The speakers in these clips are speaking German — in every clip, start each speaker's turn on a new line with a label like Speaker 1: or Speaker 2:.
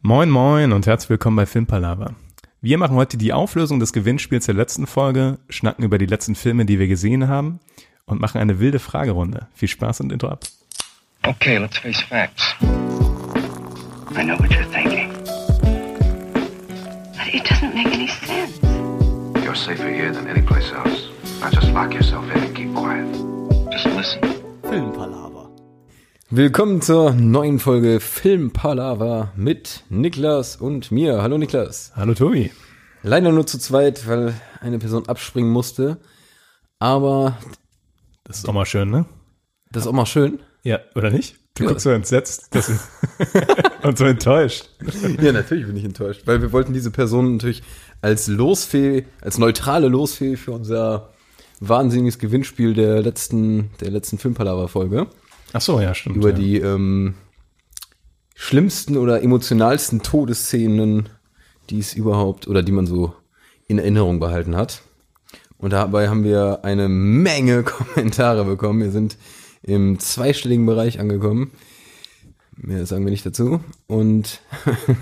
Speaker 1: Moin moin und herzlich willkommen bei Filmpalava. Wir machen heute die Auflösung des Gewinnspiels der letzten Folge, schnacken über die letzten Filme, die wir gesehen haben und machen eine wilde Fragerunde. Viel Spaß und Intro ab.
Speaker 2: Okay, let's face facts. I know what you're thinking.
Speaker 3: But it doesn't make any sense.
Speaker 4: You're safer here than anyplace else. Now just lock yourself in and keep quiet.
Speaker 2: Just listen.
Speaker 5: Filmpalaver. Willkommen zur neuen Folge Filmpalaver mit Niklas und mir. Hallo Niklas.
Speaker 1: Hallo Tobi.
Speaker 5: Leider nur zu zweit, weil eine Person abspringen musste. Aber
Speaker 1: Das ist auch mal schön, ne?
Speaker 5: das ist auch mal schön.
Speaker 1: Ja, oder nicht? Du
Speaker 5: Ja.
Speaker 1: guckst so entsetzt dass du- und so enttäuscht.
Speaker 5: Ja, natürlich bin ich enttäuscht, weil wir wollten diese Person natürlich als Losfee, als neutrale Losfee für unser wahnsinniges Gewinnspiel der letzten, der letzten Filmpalaver-Folge
Speaker 1: Ach so, ja, stimmt.
Speaker 5: über
Speaker 1: ja.
Speaker 5: die ähm, schlimmsten oder emotionalsten Todesszenen, die es überhaupt oder die man so in Erinnerung behalten hat. Und dabei haben wir eine Menge Kommentare bekommen. Wir sind im zweistelligen Bereich angekommen. Mehr sagen wir nicht dazu. Und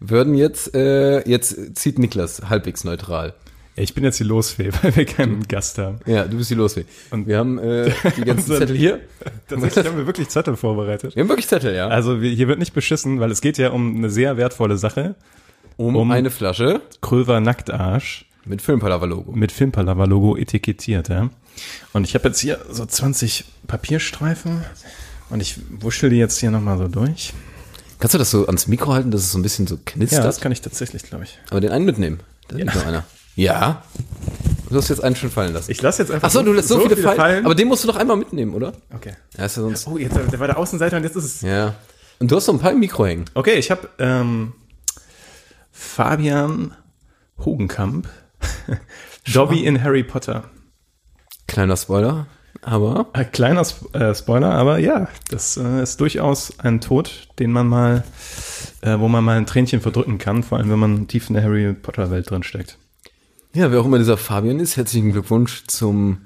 Speaker 5: würden jetzt, äh, jetzt zieht Niklas halbwegs neutral.
Speaker 1: Ich bin jetzt die Losfee, weil wir keinen Gast haben.
Speaker 5: Ja, du bist die Losfee. Und wir haben äh, die ganzen
Speaker 1: Unseren-
Speaker 5: Zettel hier.
Speaker 1: Tatsächlich haben wir wirklich Zettel vorbereitet.
Speaker 5: Wir haben wirklich Zettel, ja.
Speaker 1: Also wir, hier wird nicht beschissen, weil es geht ja um eine sehr wertvolle Sache.
Speaker 5: um
Speaker 1: um-
Speaker 5: eine Flasche
Speaker 1: Kröver Nacktarsch.
Speaker 5: mit Filmpalava-Logo.
Speaker 1: mit Filmpalava-Logo etikettiert. Ja? Und ich habe jetzt hier so 20 Papierstreifen und ich wuschel die jetzt hier nochmal so durch.
Speaker 5: Kannst du das so ans Mikro halten, dass es so ein bisschen so
Speaker 1: Ja,
Speaker 5: knistert?
Speaker 1: das kann ich tatsächlich, glaube ich.
Speaker 5: Aber den einen mitnehmen. Da liegt noch einer. Ja. Du hast jetzt einen schon fallen lassen.
Speaker 1: Ich lasse jetzt einfach
Speaker 5: Achso, du lässt so, viele, fallen. Aber den musst du doch einmal mitnehmen, oder?
Speaker 1: okay.
Speaker 5: Ja, ist ja sonst.
Speaker 1: Oh, jetzt der war der Außenseiter und jetzt ist es.
Speaker 5: Ja. Und du hast noch ein paar im Mikro hängen.
Speaker 1: Okay, ich habe ähm, Fabian Hogenkamp, Dobby in Harry Potter.
Speaker 5: Kleiner Spoiler. Aber
Speaker 1: Ein kleiner Sp äh, Spoiler, aber ja, das äh, ist durchaus ein Tod, den man mal, äh, wo man mal ein Tränchen verdrücken kann, vor allem wenn man tief in der Harry Potter Welt drin steckt.
Speaker 5: ja, wer auch immer dieser Fabian ist, herzlichen Glückwunsch zum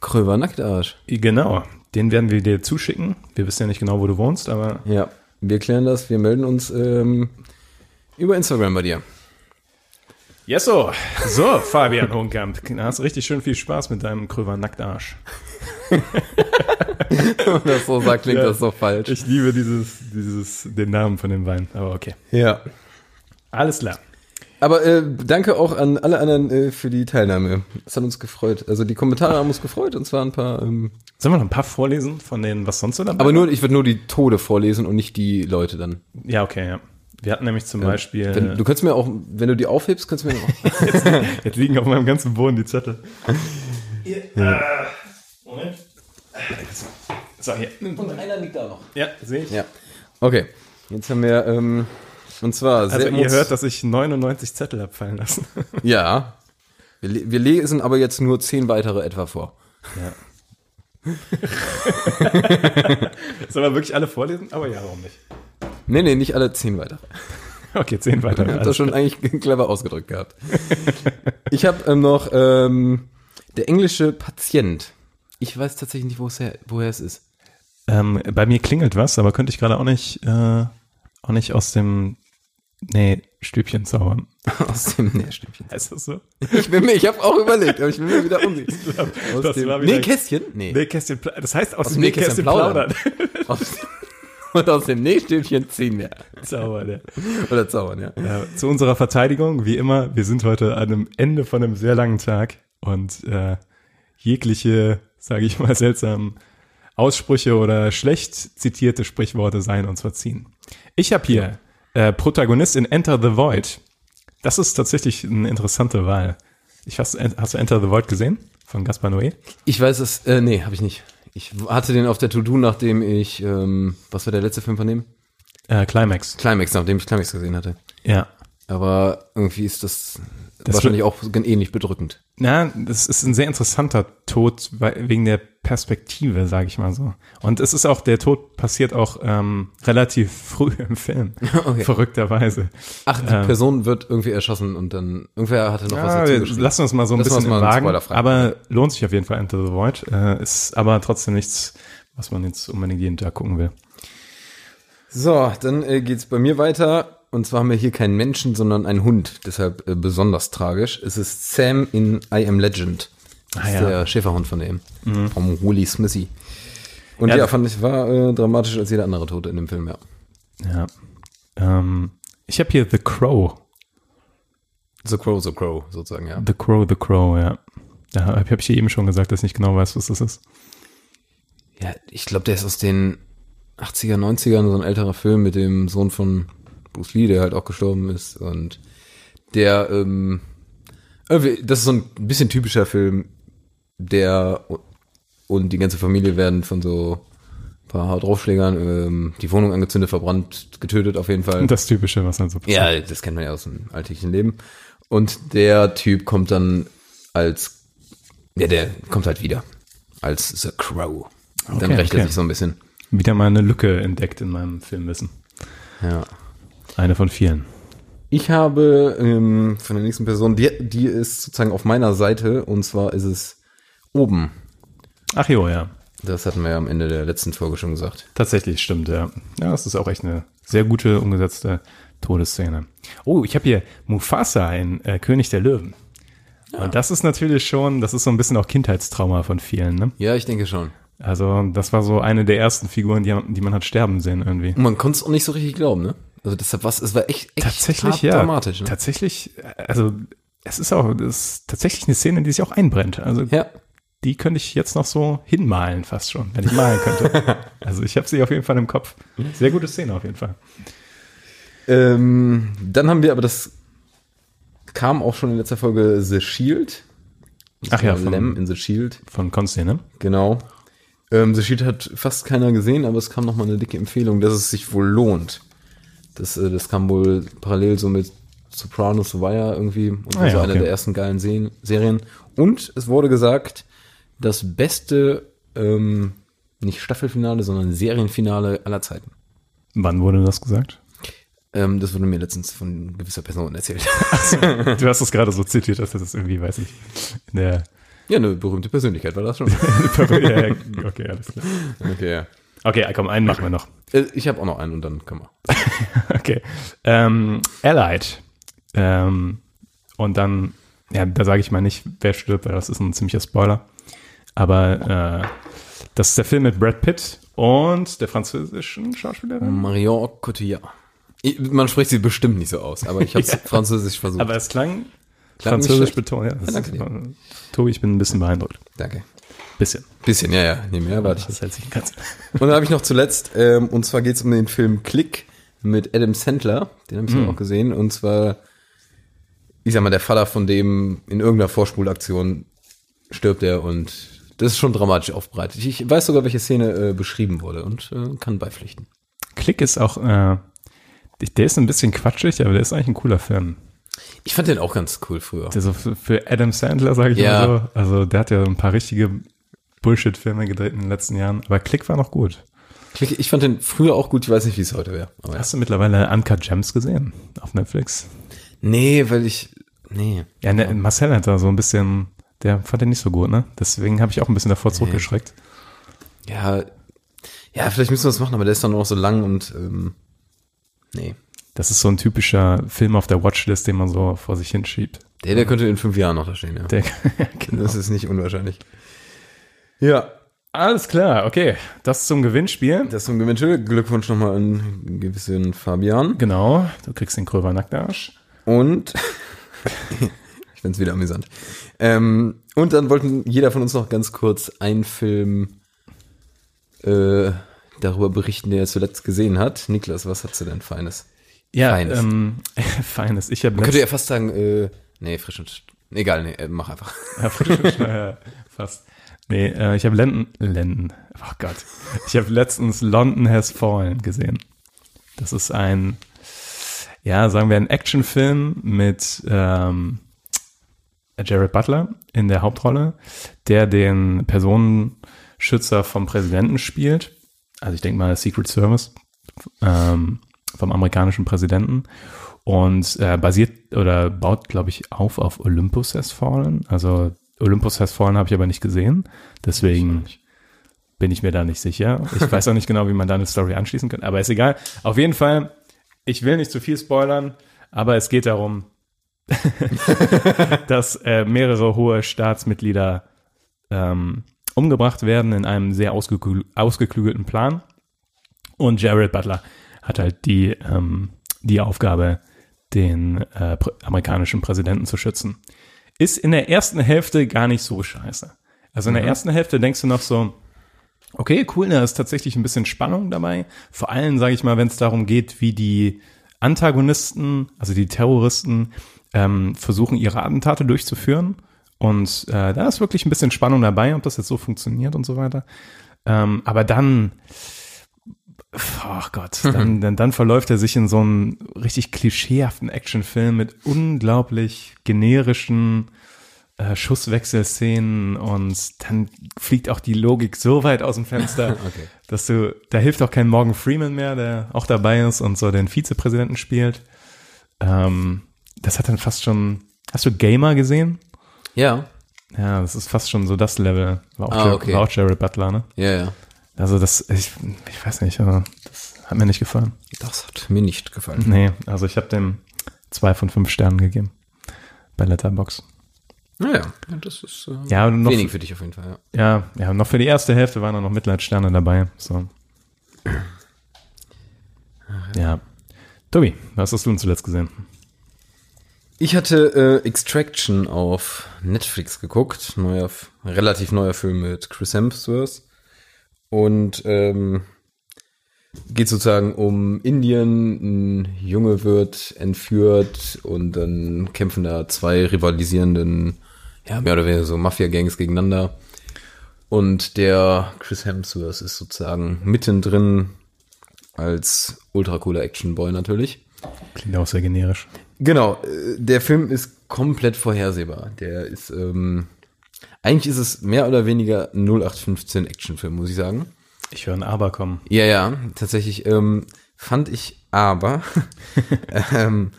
Speaker 5: Kröver Nacktarsch.
Speaker 1: Genau, den werden wir dir zuschicken. Wir wissen ja nicht genau, wo du wohnst, aber
Speaker 5: Ja, wir klären das. Wir melden uns ähm, über Instagram bei dir.
Speaker 1: yes so. So, Fabian Hohenkamp, da hast du richtig schön viel Spaß mit deinem Kröver Nacktarsch.
Speaker 5: Wenn das so sagt, klingt
Speaker 1: Ja.
Speaker 5: das doch falsch.
Speaker 1: Ich liebe dieses, dieses, den Namen von dem Wein, aber okay.
Speaker 5: ja.
Speaker 1: Alles klar.
Speaker 5: Aber äh, danke auch an alle anderen äh, für die Teilnahme. Es hat uns gefreut. Also die Kommentare haben uns gefreut und zwar ein paar. Ähm,
Speaker 1: Sollen wir noch ein paar vorlesen von denen, was sonst so dabei
Speaker 5: aber nur, ich würde nur die Tode vorlesen und nicht die Leute dann.
Speaker 1: Ja, okay, ja. Wir hatten nämlich zum Beispiel.
Speaker 5: Wenn, du kannst mir auch, wenn du die aufhebst, kannst du mir auch.
Speaker 1: Jetzt liegen auf meinem ganzen Boden die Zettel. Moment. So, hier.
Speaker 5: und einer liegt da noch.
Speaker 1: Ja, sehe ich.
Speaker 5: Ja. Okay. Jetzt haben wir ähm, und zwar
Speaker 1: Also ihr
Speaker 5: emo-
Speaker 1: hört, dass ich 99 Zettel abfallen lassen.
Speaker 5: Ja. Wir, le- wir lesen aber jetzt nur zehn weitere etwa vor.
Speaker 1: Ja. Sollen wir wirklich alle vorlesen? Aber ja, warum nicht?
Speaker 5: Nee, nee, nicht alle zehn weitere.
Speaker 1: Okay, zehn weiter.
Speaker 5: Ich habe das schon eigentlich clever ausgedrückt gehabt. ich habe ähm, noch ähm, der englische Patient. Ich weiß tatsächlich nicht, wo es her, woher es ist.
Speaker 1: ähm, bei mir klingelt was, aber könnte ich gerade auch nicht, äh, auch nicht aus dem nee, Stübchen zaubern.
Speaker 5: Aus dem Nährstäbchen.
Speaker 1: Heißt das so?
Speaker 5: Ich bin mir, ich habe auch überlegt, aber ich bin mir wieder unsicher. Aus
Speaker 1: das
Speaker 5: dem
Speaker 1: war wieder-
Speaker 5: Nähkästchen? Nee.
Speaker 1: Nähkästchen, pla- das heißt aus,
Speaker 5: dem
Speaker 1: dem Nähkästchen
Speaker 5: Nähkästchen
Speaker 1: plaudern.
Speaker 5: Aus, und aus dem Nähstäbchen ziehen wir.
Speaker 1: Zaubern, ja.
Speaker 5: Oder zaubern, ja.
Speaker 1: Ja, zu unserer Verteidigung, wie immer, wir sind heute an einem Ende von einem sehr langen Tag und äh, jegliche, sage ich mal, seltsamen Aussprüche oder schlecht zitierte Sprichworte seien uns verziehen. Ich habe hier äh, Protagonist in Enter the Void. Das ist tatsächlich eine interessante Wahl. Ich hast, hast du Enter the Void gesehen von Gaspar Noé?
Speaker 5: Ich weiß es, äh, nee, habe ich nicht. Ich hatte den auf der To-Do, nachdem ich, ähm, was war der letzte Film von dem?
Speaker 1: Äh, Climax.
Speaker 5: Climax, nachdem ich Climax gesehen hatte.
Speaker 1: Ja.
Speaker 5: Aber irgendwie ist das, wahrscheinlich auch gen- ähnlich bedrückend.
Speaker 1: Na, das ist ein sehr interessanter Tod weil- wegen der Perspektive, sage ich mal so. Und es ist auch, der Tod passiert auch ähm, relativ früh im Film,
Speaker 5: Okay.
Speaker 1: verrückterweise.
Speaker 5: Ach, die Person wird irgendwie erschossen und dann irgendwer hatte noch was
Speaker 1: Ah,
Speaker 5: dazu
Speaker 1: wir
Speaker 5: geschrieben.
Speaker 1: lassen uns mal so ein
Speaker 5: Lassen Ähm. wir uns
Speaker 1: bisschen im
Speaker 5: mal
Speaker 1: Wagen,
Speaker 5: spoilerfrei.
Speaker 1: aber lohnt sich auf jeden Fall Enter the Void. Äh, ist aber trotzdem nichts, was man jetzt unbedingt jeden Tag gucken will.
Speaker 5: So, dann äh, geht's bei mir weiter. und zwar haben wir hier keinen Menschen, sondern einen Hund. Deshalb äh, besonders tragisch. Es ist Sam in I Am Legend. Das
Speaker 1: Ah,
Speaker 5: ist
Speaker 1: ja.
Speaker 5: der Schäferhund von dem. Vom Willie Smithy. Und
Speaker 1: Ja,
Speaker 5: Mhm. ja,
Speaker 1: das-
Speaker 5: fand ich, war äh, dramatischer als jeder andere Tote in dem Film, ja.
Speaker 1: Ja. Ähm, ich habe hier The Crow.
Speaker 5: The Crow, The Crow, sozusagen, ja.
Speaker 1: The Crow, The Crow, ja. Da habe hab ich ja eben schon gesagt, dass ich nicht genau weiß, was das ist.
Speaker 5: Ja, ich glaube, der ist aus den 80er, 90ern, so ein älterer Film mit dem Sohn von Bruce Lee, der halt auch gestorben ist. Und der, ähm, irgendwie- das ist so ein bisschen typischer Film, der und die ganze Familie werden von so ein paar Hautaufschlägern ähm, die Wohnung angezündet, verbrannt, getötet auf jeden Fall.
Speaker 1: Und das Typische, was dann so passiert.
Speaker 5: Ja, das kennt man ja aus dem alltäglichen Leben. Und der Typ kommt dann als, ja, der kommt halt wieder als The Crow. Und dann
Speaker 1: Okay,
Speaker 5: rächt er
Speaker 1: okay.
Speaker 5: sich so ein bisschen.
Speaker 1: Wieder mal eine Lücke entdeckt in meinem Filmwissen.
Speaker 5: Ja.
Speaker 1: Eine von vielen.
Speaker 5: Ich habe ähm, von der nächsten Person, die, die ist sozusagen auf meiner Seite und zwar ist es oben.
Speaker 1: Ach jo, ja.
Speaker 5: Das hatten wir ja am Ende der letzten Folge schon gesagt.
Speaker 1: Tatsächlich stimmt, ja. Ja, das ist auch echt eine sehr gute, umgesetzte Todesszene. Oh, ich habe hier Mufasa in äh, König der Löwen. Und das ist natürlich schon, das ist so ein bisschen auch Kindheitstrauma von vielen, ne?
Speaker 5: Ja, ich denke schon.
Speaker 1: Also, das war so eine der ersten Figuren, die, die man hat sterben sehen irgendwie.
Speaker 5: Und man konnte es auch nicht so richtig glauben, ne? Also deshalb was, es war echt, echt
Speaker 1: Tatsächlich,
Speaker 5: hart
Speaker 1: ja.
Speaker 5: dramatisch. Ne?
Speaker 1: Tatsächlich, also, es ist auch, das ist tatsächlich eine Szene, die sich auch einbrennt. Also,
Speaker 5: Ja.
Speaker 1: die könnte ich jetzt noch so hinmalen fast schon, wenn ich malen könnte. also, ich habe sie auf jeden Fall im Kopf. Sehr gute Szene auf jeden Fall.
Speaker 5: Ähm, dann haben wir aber das kam auch schon in letzter Folge The Shield. Das
Speaker 1: Ach ja,
Speaker 5: war
Speaker 1: von-
Speaker 5: Lem in The Shield.
Speaker 1: Von Konsti, ne?
Speaker 5: Genau. Ähm, The Shield hat fast keiner gesehen, aber es kam nochmal eine dicke Empfehlung, dass es sich wohl lohnt. Das, äh, das kam wohl parallel so mit Sopranos Wire irgendwie und
Speaker 1: Ah ja,
Speaker 5: so einer
Speaker 1: okay.
Speaker 5: der ersten geilen Serien- Serien. Und es wurde gesagt, das beste, ähm, nicht Staffelfinale, sondern Serienfinale aller Zeiten.
Speaker 1: Wann wurde das gesagt?
Speaker 5: Ähm, das wurde mir letztens von gewisser Person erzählt.
Speaker 1: Du hast es gerade so zitiert, dass das irgendwie, weiß ich, in der.
Speaker 5: Ja, eine berühmte Persönlichkeit war das schon.
Speaker 1: ja, ja, okay, alles klar.
Speaker 5: okay, ja.
Speaker 1: Okay, komm, einen machen wir noch.
Speaker 5: Äh, Ich habe auch noch einen und dann können wir.
Speaker 1: Okay. Ähm, Allied. Ähm, und dann, ja, da sage ich mal nicht, wer stirbt, weil das ist ein ziemlicher Spoiler. Aber äh, das ist der Film mit Brad Pitt und der französischen Schauspielerin.
Speaker 5: Marion Cotillard. Ich, man spricht sie bestimmt nicht so aus, aber ich habe es französisch versucht.
Speaker 1: Aber es klang
Speaker 5: Klang nicht
Speaker 1: französisch
Speaker 5: schlecht.
Speaker 1: betont. Ja, das
Speaker 5: danke
Speaker 1: ist, Tobi, ich bin ein bisschen beeindruckt.
Speaker 5: Danke.
Speaker 1: Bisschen.
Speaker 5: Bisschen, ja, ja. Nee, mehr warte ich.
Speaker 1: Das hält sich ganz.
Speaker 5: Und dann habe ich noch zuletzt, ähm, und zwar geht es um den Film Click mit Adam Sandler. Den habe ich auch gesehen. Und zwar, ich sag mal, der Vater von dem in irgendeiner Vorspulaktion stirbt er und das ist schon dramatisch aufbereitet. Ich weiß sogar, welche Szene äh, beschrieben wurde und äh, kann beipflichten.
Speaker 1: Klick ist auch, äh, der ist ein bisschen quatschig, aber der ist eigentlich ein cooler Film.
Speaker 5: Ich fand den auch ganz cool früher.
Speaker 1: Also für für Adam Sandler, sage ich
Speaker 5: Ja.
Speaker 1: mal so. Also der hat ja ein paar richtige Bullshit-Filme gedreht in den letzten Jahren. Aber Click war noch gut.
Speaker 5: Klick, ich fand den früher auch gut, ich weiß nicht, wie es heute wäre. Aber ja.
Speaker 1: Hast du mittlerweile Uncut Gems gesehen auf Netflix?
Speaker 5: Nee, weil ich. Nee.
Speaker 1: Ja, ne, Marcel hat da so ein bisschen, der fand den nicht so gut, ne? Deswegen habe ich auch ein bisschen davor zurückgeschreckt.
Speaker 5: Ja. Ja, vielleicht müssen wir das machen, aber der ist dann auch so lang und ähm, nee.
Speaker 1: Das ist so ein typischer Film auf der Watchlist, den man so vor sich hinschiebt.
Speaker 5: Der, der könnte in fünf Jahren noch da stehen, ja.
Speaker 1: Der,
Speaker 5: Das ist nicht unwahrscheinlich. Ja,
Speaker 1: Alles klar, okay. Das zum Gewinnspiel.
Speaker 5: das zum Gewinnspiel. Glückwunsch nochmal an gewissen Fabian.
Speaker 1: Genau, du kriegst den Kröver Nacktarsch.
Speaker 5: Und ich find's wieder amüsant. Ähm, und dann wollten jeder von uns noch ganz kurz einen Film äh, darüber berichten, der er zuletzt gesehen hat. Niklas, was hast du denn Feines?
Speaker 1: Ja,
Speaker 5: Feines.
Speaker 1: ähm, feines. Ich habe
Speaker 5: Man könnte ja fast sagen, äh, nee, frisch und st- egal, nee, äh, mach einfach.
Speaker 1: Ja, Fast. Nee, äh, ich habe London, London, ach Gott. Ich habe letztens London Has Fallen gesehen. Das ist ein, ja, sagen wir ein Actionfilm mit ähm, Jared Butler in der Hauptrolle, der den Personenschützer vom Präsidenten spielt. Also ich denke mal Secret Service ähm, vom amerikanischen Präsidenten und äh, basiert oder baut, glaube ich, auf auf Olympus Has Fallen. Also Olympus Has Fallen habe ich aber nicht gesehen, deswegen bin ich mir da nicht sicher. Ich weiß auch nicht genau, wie man da eine Story anschließen kann, aber ist egal. Auf jeden Fall, ich will nicht zu viel spoilern, aber es geht darum, dass äh, mehrere hohe Staatsmitglieder ähm, umgebracht werden in einem sehr ausgeklü ausgeklügelten Plan. Und Jared Butler hat halt die, ähm, die Aufgabe, den äh, pr amerikanischen Präsidenten zu schützen. Ist in der ersten Hälfte gar nicht so scheiße. Also in der ersten Hälfte denkst du noch so, okay, cool, da ist tatsächlich ein bisschen Spannung dabei. Vor allem, sage ich mal, wenn es darum geht, wie die Antagonisten, also die Terroristen, ähm, versuchen, ihre Attentate durchzuführen. Und äh, da ist wirklich ein bisschen Spannung dabei, ob das jetzt so funktioniert und so weiter. Ähm, aber dann, ach Gott, dann, dann, dann verläuft er sich in so einen richtig klischeehaften Actionfilm mit unglaublich generischen äh, Schusswechselszenen und dann fliegt auch die Logik so weit aus dem Fenster, dass du, da hilft auch kein Morgan Freeman mehr, der auch dabei ist und so den Vizepräsidenten spielt. Ähm, das hat dann fast schon, hast du Gamer gesehen?
Speaker 5: Ja.
Speaker 1: Ja, das ist fast schon so das Level. War auch,
Speaker 5: Ah,
Speaker 1: Jared,
Speaker 5: okay.
Speaker 1: war auch Jared Butler, ne?
Speaker 5: Ja, ja.
Speaker 1: Also das, ich, ich weiß nicht, also das hat mir nicht gefallen.
Speaker 5: Das hat Mhm. mir nicht gefallen.
Speaker 1: Nee, also ich habe dem zwei von fünf Sternen gegeben bei Letterbox.
Speaker 5: Naja, das ist äh,
Speaker 1: Ja, und noch,
Speaker 5: wenig für dich auf jeden Fall. Ja.
Speaker 1: ja, ja, noch für die erste Hälfte waren da noch Mitleidssterne dabei. So. Ja. Tobi, was hast du denn zuletzt gesehen?
Speaker 5: Ich hatte äh, Extraction auf Netflix geguckt, neuer, F- relativ neuer Film mit Chris Hemsworth und ähm, geht sozusagen um Indien. Ein Junge wird entführt und dann kämpfen da zwei rivalisierenden, ja mehr oder weniger so Mafia-Gangs gegeneinander. Und der Chris Hemsworth ist sozusagen mittendrin als ultra cooler Action-Boy natürlich.
Speaker 1: Klingt auch sehr generisch.
Speaker 5: Genau, äh, der Film ist komplett vorhersehbar. Der ist, ähm, eigentlich ist es mehr oder weniger ein 0815 Actionfilm, muss ich sagen.
Speaker 1: Ich höre ein Aber kommen.
Speaker 5: Ja, ja, tatsächlich ähm, fand ich aber ähm,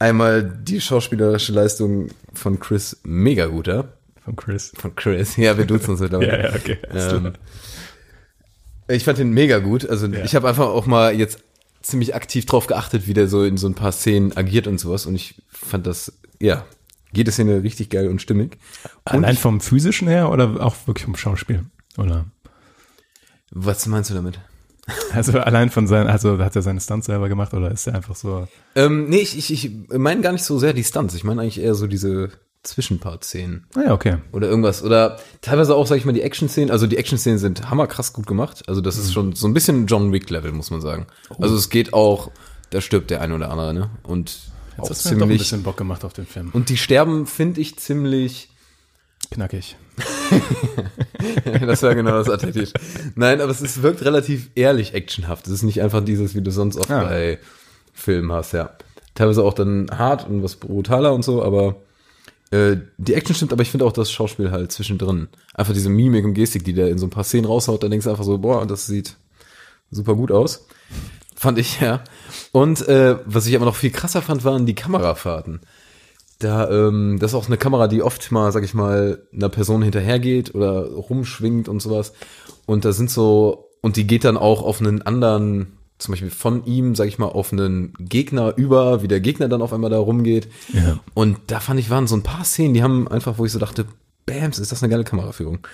Speaker 5: einmal die schauspielerische Leistung von Chris mega guter.
Speaker 1: Von Chris.
Speaker 5: Von Chris, ja, wir duzen uns mittlerweile.
Speaker 1: Ja, ja, okay.
Speaker 5: Ähm, ich fand den mega gut. Also ich habe einfach auch mal jetzt ziemlich aktiv drauf geachtet, wie der so in so ein paar Szenen agiert und sowas. Und ich fand das, ja, jede Szene richtig geil und stimmig. Und
Speaker 1: Allein
Speaker 5: ich,
Speaker 1: vom physischen her oder auch wirklich vom Schauspiel? Oder?
Speaker 5: was meinst du damit?
Speaker 1: Also allein von seinen, also hat er seine Stunts selber gemacht oder ist er einfach so?
Speaker 5: Ähm, nee, ich, ich, ich meine gar nicht so sehr die Stunts. Ich meine eigentlich eher so diese Zwischenpart-Szenen.
Speaker 1: Naja, okay.
Speaker 5: oder irgendwas. Oder teilweise auch, sag ich mal, die Action-Szenen. Also die Action-Szenen sind hammerkrass gut gemacht. Also das ist
Speaker 1: Mhm.
Speaker 5: schon so ein bisschen John Wick-Level, muss man sagen.
Speaker 1: Oh.
Speaker 5: Also es geht auch, da stirbt der ein oder andere, ne? Und auch
Speaker 1: Das hat doch ein
Speaker 5: ziemlich.
Speaker 1: bisschen Bock gemacht auf den Film.
Speaker 5: Und die sterben, finde ich, ziemlich.
Speaker 1: Knackig.
Speaker 5: das war genau das Adjektiv. Nein, aber es ist, wirkt relativ ehrlich actionhaft. Es ist nicht einfach dieses, wie du sonst oft
Speaker 1: Ja.
Speaker 5: bei Filmen hast, ja. Teilweise auch dann hart und was brutaler und so, aber äh, die Action stimmt, aber ich finde auch das Schauspiel halt zwischendrin. Einfach diese Mimik und Gestik, die der in so ein paar Szenen raushaut, da denkst du einfach so, boah, das sieht super gut aus. Fand ich, ja. Und äh, was ich aber noch viel krasser fand, waren die Kamerafahrten. Da, ähm, das ist auch eine Kamera, die oft mal, sag ich mal, einer Person hinterhergeht oder rumschwingt und sowas. Und da sind so, und die geht dann auch auf einen anderen, zum Beispiel von ihm, sag ich mal, auf einen Gegner über, wie der Gegner dann auf einmal da rumgeht.
Speaker 1: Ja.
Speaker 5: Und da fand ich, waren so ein paar Szenen, die haben einfach, wo ich so dachte, Bams, ist das eine geile Kameraführung.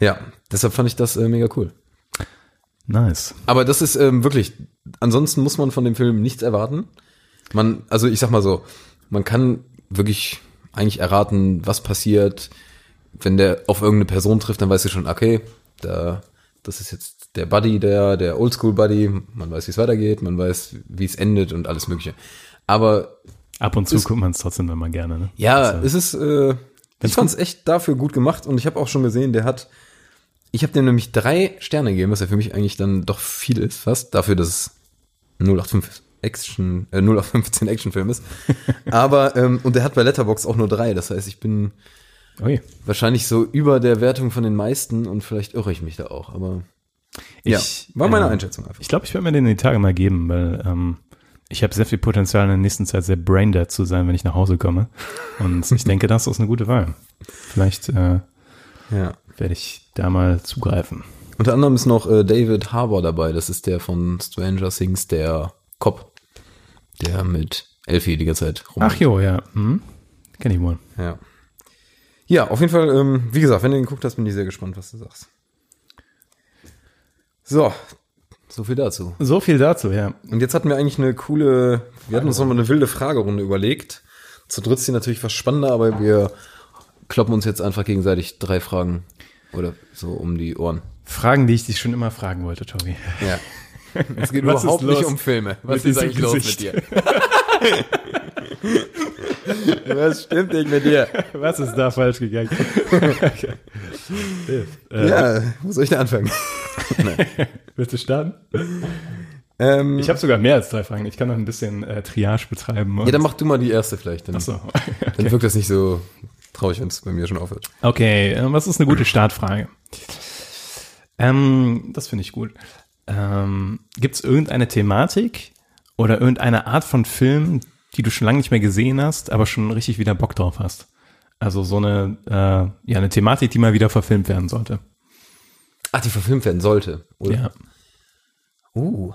Speaker 5: Ja, deshalb fand ich das äh, mega cool.
Speaker 1: Nice.
Speaker 5: Aber das ist ähm, wirklich, ansonsten muss man von dem Film nichts erwarten. Man, also ich sag mal so, man kann wirklich eigentlich erraten, was passiert. Wenn der auf irgendeine Person trifft, dann weißt du schon, okay, da, das ist jetzt der Buddy, der, der Oldschool-Buddy, man weiß, wie es weitergeht, man weiß, wie es endet und alles Mögliche. Aber
Speaker 1: Ab und zu guckt man es trotzdem immer gerne, ne?
Speaker 5: ja,
Speaker 1: Also,
Speaker 5: es ist. Äh, ich fand's echt dafür gut gemacht und ich habe auch schon gesehen, der hat. Ich habe dem nämlich drei Sterne gegeben, was ja für mich eigentlich dann doch viel ist, fast dafür, dass es 085 Action, äh, 0815 Actionfilm ist. Aber ähm, und der hat bei Letterbox auch nur drei. Das heißt, ich bin
Speaker 1: ui.
Speaker 5: wahrscheinlich so über der Wertung von den meisten und vielleicht irre ich mich da auch. Aber
Speaker 1: Ich,
Speaker 5: ja, war meine
Speaker 1: äh,
Speaker 5: Einschätzung einfach.
Speaker 1: Ich glaube, ich werde mir den in die Tage mal geben, weil ähm, ich habe sehr viel Potenzial in der nächsten Zeit sehr braindead zu sein, wenn ich nach Hause komme. Und ich denke, das ist eine gute Wahl. Vielleicht äh,
Speaker 5: Ja.
Speaker 1: werde ich da mal zugreifen.
Speaker 5: Unter anderem ist noch äh, David Harbour dabei. Das ist der von Stranger Things, der Cop. der mit Elfie die ganze Zeit rum.
Speaker 1: Ach jo, ja. Hm? Kenn ich wohl.
Speaker 5: Ja. Ja, auf jeden Fall, ähm, wie gesagt, wenn du ihn geguckt hast, bin ich sehr gespannt, was du sagst. So, so viel dazu.
Speaker 1: So viel dazu, ja.
Speaker 5: Und jetzt hatten wir eigentlich eine coole, wir hatten uns nochmal eine wilde Fragerunde überlegt. Zu dritt ist die natürlich was spannender, aber wir kloppen uns jetzt einfach gegenseitig drei Fragen oder so um die Ohren.
Speaker 1: Fragen, die ich dich schon immer fragen wollte, Tobi.
Speaker 5: Ja. Es geht
Speaker 1: Was ist
Speaker 5: überhaupt
Speaker 1: los
Speaker 5: nicht um Filme. Was
Speaker 1: mit
Speaker 5: ist eigentlich
Speaker 1: diesem
Speaker 5: los mit dir? Was stimmt nicht mit dir?
Speaker 1: Was ist da falsch gegangen?
Speaker 5: Ja, wo soll ich da anfangen?
Speaker 1: Willst du starten?
Speaker 5: Ähm,
Speaker 1: Ich habe sogar mehr als drei Fragen. Ich kann noch ein bisschen äh, Triage betreiben. und-
Speaker 5: ja, dann mach du mal die erste vielleicht. Dann,
Speaker 1: so.
Speaker 5: dann wirkt das nicht so traurig, wenn es bei mir schon aufhört.
Speaker 1: Okay, äh, was ist eine gute Startfrage? Ähm, das finde ich gut. Ähm, Gibt es irgendeine Thematik oder irgendeine Art von Film, die du schon lange nicht mehr gesehen hast, aber schon richtig wieder Bock drauf hast? Also so eine, äh, ja, eine Thematik, die mal wieder verfilmt werden sollte.
Speaker 5: Ach, die verfilmt werden sollte, oder?
Speaker 1: Ja.
Speaker 5: Uh.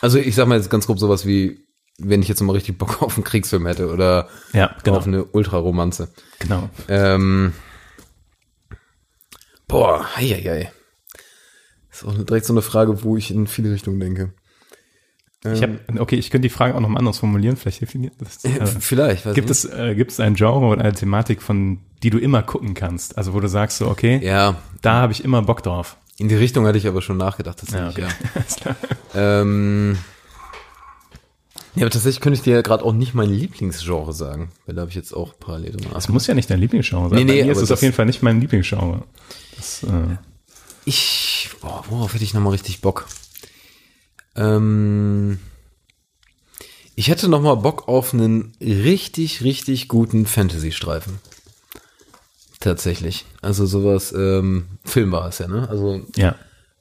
Speaker 5: Also ich sag mal jetzt ganz grob sowas wie, wenn ich jetzt mal richtig Bock auf einen Kriegsfilm hätte oder
Speaker 1: Ja, genau.
Speaker 5: auf eine Ultraromanze.
Speaker 1: Genau.
Speaker 5: Ähm, boah, heieiei. Ist auch direkt so eine Frage, wo ich in viele Richtungen denke.
Speaker 1: Ich
Speaker 5: Ähm.
Speaker 1: hab, okay, ich könnte die Frage auch noch mal anders formulieren. Vielleicht definiert das. äh,
Speaker 5: Vielleicht, weiß
Speaker 1: Gibt
Speaker 5: nicht.
Speaker 1: es, äh, gibt es ein Genre oder eine Thematik, von die du immer gucken kannst? Also wo du sagst so, okay,
Speaker 5: Ja,
Speaker 1: da habe ich immer Bock drauf.
Speaker 5: in die Richtung hatte ich aber schon nachgedacht. Tatsächlich, ja, genau.
Speaker 1: Alles klar.
Speaker 5: Ähm, ja, aber tatsächlich könnte ich dir ja gerade auch nicht mein Lieblingsgenre sagen, weil da habe ich jetzt auch parallel drin.
Speaker 1: Das muss ja nicht dein Lieblingsgenre sein.
Speaker 5: Nee, nee,
Speaker 1: Bei mir ist
Speaker 5: aber
Speaker 1: es
Speaker 5: das-
Speaker 1: auf jeden Fall nicht mein Lieblingsgenre. Das, äh,
Speaker 5: Ich, boah, worauf hätte ich nochmal richtig Bock? Ähm, ich hätte nochmal Bock auf einen richtig, richtig guten Fantasy-Streifen. Tatsächlich. Also sowas, ähm, Film war es ja, ne? Also
Speaker 1: ja.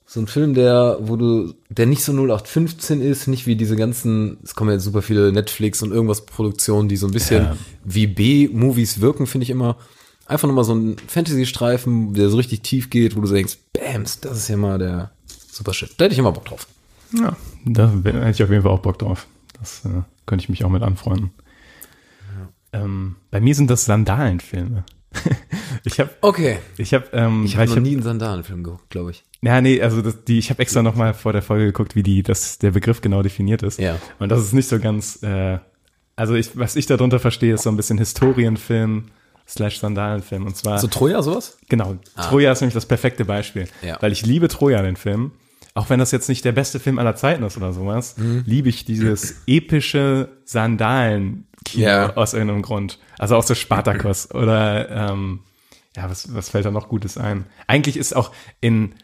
Speaker 5: so ein Film, der, wo du, der nicht so 0815 ist, nicht wie diese ganzen, es kommen ja jetzt super viele Netflix und irgendwas Produktionen, die so ein bisschen
Speaker 1: Ja.
Speaker 5: wie B-Movies wirken, finde ich immer. Einfach nochmal so ein Fantasy-Streifen, der so richtig tief geht, wo du denkst, Bams, das ist ja mal der super Shit. Da hätte ich immer Bock drauf.
Speaker 1: ja. Da wär- hätte ich auf jeden Fall auch Bock drauf. Das äh, könnte ich mich auch mit anfreunden. Ähm, bei mir sind das Sandalenfilme. ich habe,
Speaker 5: Okay.
Speaker 1: ich habe, ähm,
Speaker 5: Ich
Speaker 1: weil
Speaker 5: habe noch nie einen Sandalenfilm geguckt, glaube ich.
Speaker 1: Ja, nee, also das, die, ich habe extra nochmal vor der Folge geguckt, wie die, das, der Begriff genau definiert ist.
Speaker 5: Ja.
Speaker 1: Und das ist nicht so ganz, äh, also ich, was ich darunter verstehe, ist so ein bisschen Historienfilm slash Sandalenfilm. Und zwar,
Speaker 5: So Troja, sowas?
Speaker 1: genau, Troja ist nämlich das perfekte Beispiel.
Speaker 5: Ah. Ja.
Speaker 1: Weil ich liebe Troja, den Film. Auch wenn das jetzt nicht der beste Film aller Zeiten ist oder sowas,
Speaker 5: Mhm.
Speaker 1: liebe ich dieses epische Sandalen-Kino
Speaker 5: Ja.
Speaker 1: aus irgendeinem Grund. Also auch so Spartacus oder, ähm, ja, was, was fällt da noch Gutes ein? Eigentlich ist auch in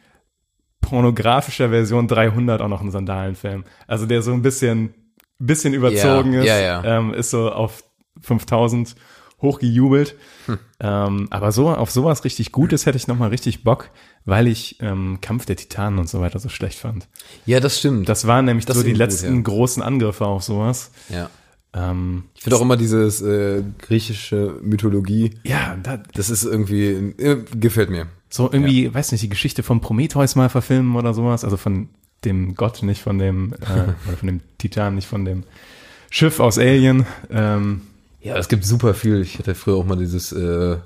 Speaker 1: pornografischer Version 300 auch noch ein Sandalenfilm. Also der so ein bisschen, bisschen überzogen
Speaker 5: Ja,
Speaker 1: ist,
Speaker 5: ja, ja.
Speaker 1: Ähm, ist so auf 5000 hochgejubelt.
Speaker 5: Hm.
Speaker 1: Ähm, aber so, auf sowas richtig Gutes hätte ich nochmal richtig Bock, weil ich ähm, Kampf der Titanen und so weiter so schlecht fand.
Speaker 5: Ja, das stimmt.
Speaker 1: Das waren nämlich
Speaker 5: Das
Speaker 1: so
Speaker 5: ist
Speaker 1: die
Speaker 5: gut,
Speaker 1: letzten
Speaker 5: ja.
Speaker 1: großen Angriffe auf sowas.
Speaker 5: ja.
Speaker 1: Ähm,
Speaker 5: Ich finde auch immer dieses äh, griechische Mythologie,
Speaker 1: ja, da,
Speaker 5: das ist irgendwie, äh, gefällt mir.
Speaker 1: So irgendwie, weiß nicht, die Geschichte von Prometheus mal verfilmen oder sowas. Also von dem Gott, nicht von dem, äh, oder von dem Titan, nicht von dem Schiff aus Alien. Ähm,
Speaker 5: Ja, es gibt super viel. Ich hatte früher auch mal dieses äh,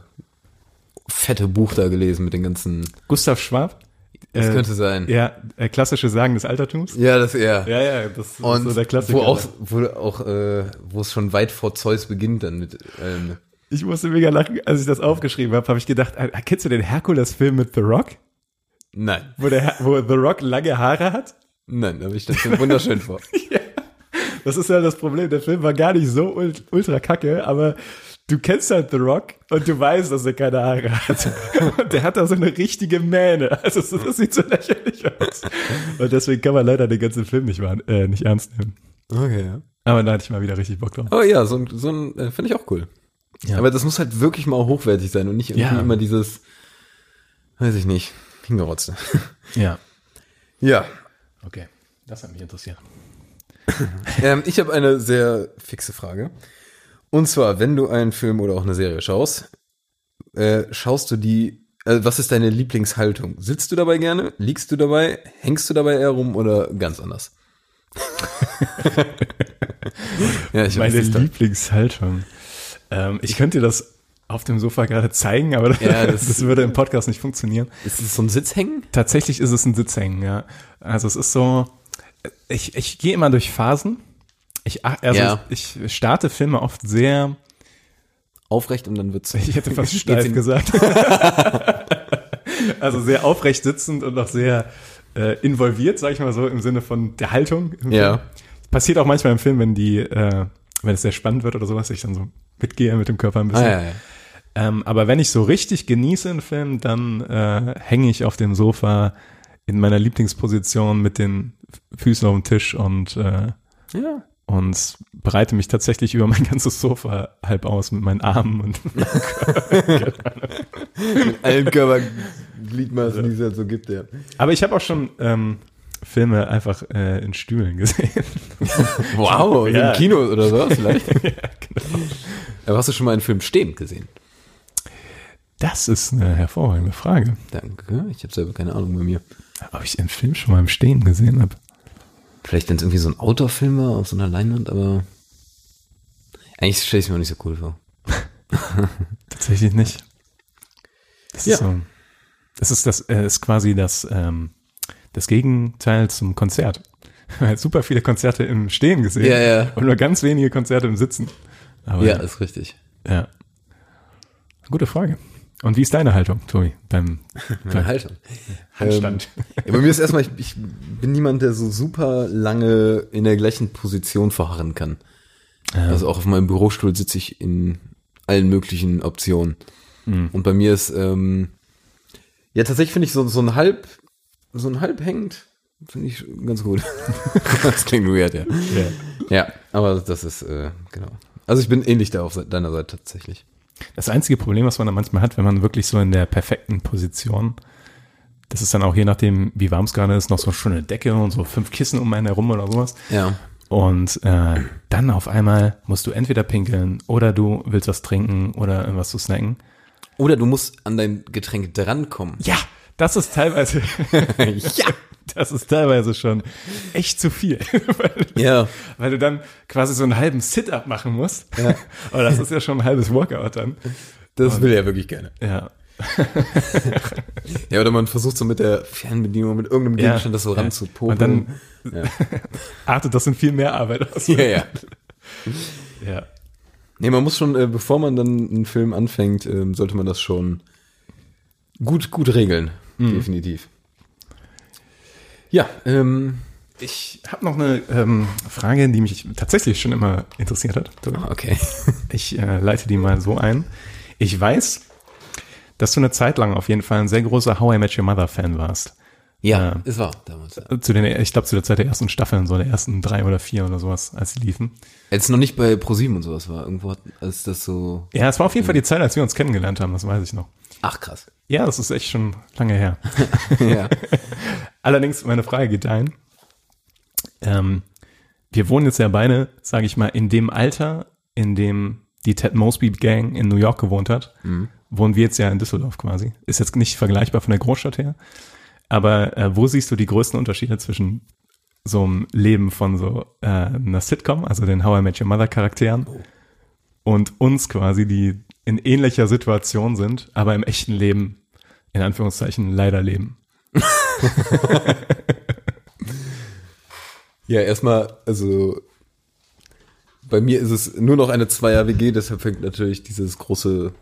Speaker 5: fette Buch da gelesen mit den ganzen.
Speaker 1: Gustav Schwab.
Speaker 5: Das
Speaker 1: Äh,
Speaker 5: könnte sein.
Speaker 1: Ja, äh, klassische Sagen des Altertums.
Speaker 5: Ja, das eher.
Speaker 1: Ja, ja, das
Speaker 5: Und
Speaker 1: ist so der Klassiker.
Speaker 5: wo auch, wo auch, äh, wo es schon weit vor Zeus beginnt dann mit. Ähm,
Speaker 1: ich musste mega lachen, als ich das aufgeschrieben habe, habe ich gedacht, äh, kennst du den Herkules-Film mit The Rock?
Speaker 5: nein,
Speaker 1: Wo, der, Her- wo The Rock lange Haare hat?
Speaker 5: nein, da bin ich das schon wunderschön vor.
Speaker 1: Das ist ja das Problem. Der Film war gar nicht so ul- ultra kacke, aber du kennst halt The Rock und du weißt, dass er keine Haare hat. Und der hat da so eine richtige Mähne. Also so- das sieht so lächerlich aus. Und deswegen kann man leider den ganzen Film nicht, wahr- äh, nicht ernst nehmen.
Speaker 5: Okay, ja.
Speaker 1: Aber da hatte ich mal wieder richtig Bock drauf.
Speaker 5: Aber ja, so ein, so ein äh, finde ich auch cool.
Speaker 1: Ja.
Speaker 5: Aber das muss halt wirklich mal hochwertig sein und nicht irgendwie
Speaker 1: Ja.
Speaker 5: immer dieses, weiß ich nicht, hingerotzt.
Speaker 1: Ja,
Speaker 5: ja,
Speaker 1: okay. Das hat mich interessiert.
Speaker 5: Ähm, ich habe eine sehr fixe Frage. Und zwar, wenn du einen Film oder auch eine Serie schaust, äh, schaust du die, äh, was ist deine Lieblingshaltung? Sitzt du dabei gerne? Liegst du dabei? Hängst du dabei eher rum oder ganz anders? Ja, ich
Speaker 1: Meine
Speaker 5: weiß es doch.
Speaker 1: Lieblingshaltung. Ähm, ich könnte dir das auf dem Sofa gerade zeigen, aber
Speaker 5: Ja,
Speaker 1: das,
Speaker 5: das-
Speaker 1: würde im Podcast nicht funktionieren.
Speaker 5: Ist es so ein Sitzhängen?
Speaker 1: Tatsächlich ist es ein Sitzhängen, ja. Also es ist so, ich, ich gehe immer durch Phasen. Ich, ach- also
Speaker 5: Ja.
Speaker 1: ich, ich starte Filme oft sehr,
Speaker 5: Aufrecht und dann wird's.
Speaker 1: ich hätte fast
Speaker 5: Geht's
Speaker 1: steif
Speaker 5: in-
Speaker 1: gesagt. also sehr aufrecht sitzend und auch sehr äh, involviert, sag ich mal so, im Sinne von der Haltung. im
Speaker 5: Ja.
Speaker 1: Film. Passiert auch manchmal im Film, wenn die, äh, wenn es sehr spannend wird oder sowas, ich dann so mitgehe mit dem Körper ein
Speaker 5: Ah,
Speaker 1: bisschen.
Speaker 5: ja, ja.
Speaker 1: Ähm, aber wenn ich so richtig genieße einen Film, dann äh, hänge ich auf dem Sofa in meiner Lieblingsposition mit den Füßen auf dem Tisch und, äh,
Speaker 5: ja.
Speaker 1: und breite mich tatsächlich über mein ganzes Sofa halb aus mit meinen Armen und
Speaker 5: Allen
Speaker 1: Also-
Speaker 5: Körpergliedmaßen, die es halt so gibt, ja.
Speaker 1: Aber ich habe auch schon ähm, Filme einfach äh, in Stühlen gesehen.
Speaker 5: Wow,
Speaker 1: Ja. genau.
Speaker 5: im Kino oder so vielleicht. Aber hast du schon mal einen Film stehend gesehen?
Speaker 1: Das ist eine hervorragende Frage,
Speaker 5: Danke. Ich habe selber keine Ahnung bei mir.
Speaker 1: ob ich einen Film schon mal im Stehen gesehen habe.
Speaker 5: Vielleicht, wenn es irgendwie so ein Outdoor-Film war auf so einer Leinwand, aber eigentlich stelle ich es mir auch nicht so cool vor.
Speaker 1: Tatsächlich nicht. Das
Speaker 5: Ja.
Speaker 1: ist so. Das ist das äh, ist quasi das ähm, das Gegenteil zum Konzert. Man hat super viele Konzerte im Stehen gesehen
Speaker 5: Ja, ja.
Speaker 1: und nur ganz wenige Konzerte im Sitzen. Aber,
Speaker 5: Ja, ist richtig.
Speaker 1: ja. Gute Frage. Und wie ist deine Haltung, Tobi, beim,
Speaker 5: Meine
Speaker 1: beim
Speaker 5: Haltung. Ähm, ja, bei mir ist erstmal, ich, ich bin niemand, der so super lange in der gleichen Position verharren kann. Also auch auf meinem Bürostuhl sitze ich in allen möglichen Optionen. Und bei mir ist, ähm, ja, tatsächlich finde ich so, so ein halb, so ein halb hängend, finde ich ganz gut. das klingt weird, ja. Ja, aber das ist, äh, genau. Also ich bin ähnlich da auf se- deiner Seite tatsächlich.
Speaker 1: Das einzige Problem, was man da manchmal hat, wenn man wirklich so in der perfekten Position, das ist dann auch je nachdem, wie warm es gerade ist, noch so eine schöne Decke und so fünf Kissen um einen herum oder sowas.
Speaker 5: Ja.
Speaker 1: Und äh, dann auf einmal musst du entweder pinkeln oder du willst was trinken oder irgendwas zu snacken.
Speaker 5: Oder du musst an dein Getränk drankommen.
Speaker 1: Ja, das ist teilweise,
Speaker 5: ja.
Speaker 1: das ist teilweise schon echt zu viel.
Speaker 5: Ja.
Speaker 1: Weil du dann quasi so einen halben Sit-up machen musst. Ja. Aber das ist ja schon ein halbes Workout dann.
Speaker 5: Das will er wirklich gerne.
Speaker 1: Ja.
Speaker 5: Ja, oder man versucht so mit der Fernbedienung, mit irgendeinem Gegenstand das so
Speaker 1: Ja.
Speaker 5: ranzupopeln.
Speaker 1: Und dann artet das in viel mehr Arbeit aus.
Speaker 5: ja, ja.
Speaker 1: Ja.
Speaker 5: Nee, man muss schon, äh, bevor man dann einen Film anfängt, ähm, sollte man das schon gut, gut regeln.
Speaker 1: Mhm.
Speaker 5: Definitiv. Ja, ähm,
Speaker 1: Ich habe noch eine ähm, Frage, die mich tatsächlich schon immer interessiert hat.
Speaker 5: okay.
Speaker 1: Ich äh, leite die mal so ein. Ich weiß, dass du eine Zeit lang auf jeden Fall ein sehr großer How I Met Your Mother Fan warst.
Speaker 5: Ja,
Speaker 1: Ja.
Speaker 5: es war damals.
Speaker 1: Zu den, ich glaube, zu der Zeit der ersten Staffeln, so der ersten drei oder vier oder sowas, als sie liefen.
Speaker 5: Als noch nicht bei ProSieben und sowas war, irgendwo hat, als das so.
Speaker 1: Ja, es war auf jeden Fall die Zeit, als wir uns kennengelernt haben, das weiß ich noch.
Speaker 5: Ach krass.
Speaker 1: Ja, das ist echt schon lange her.
Speaker 5: ja.
Speaker 1: Allerdings, meine Frage geht ein. Ähm, wir wohnen jetzt ja beide, sage ich mal, in dem Alter, in dem die Ted Mosby Gang in New York gewohnt hat, wohnen wir jetzt ja in Düsseldorf quasi. Ist jetzt nicht vergleichbar von der Großstadt her. Aber äh, wo siehst du die größten Unterschiede zwischen so einem Leben von so äh, einer Sitcom, also den How I Met Your Mother Charakteren, und uns quasi, die in ähnlicher Situation sind, aber im echten Leben, in Anführungszeichen, leider leben?
Speaker 5: Ja, erstmal, also bei mir ist es nur noch eine Zweier-WG, deshalb fängt natürlich dieses große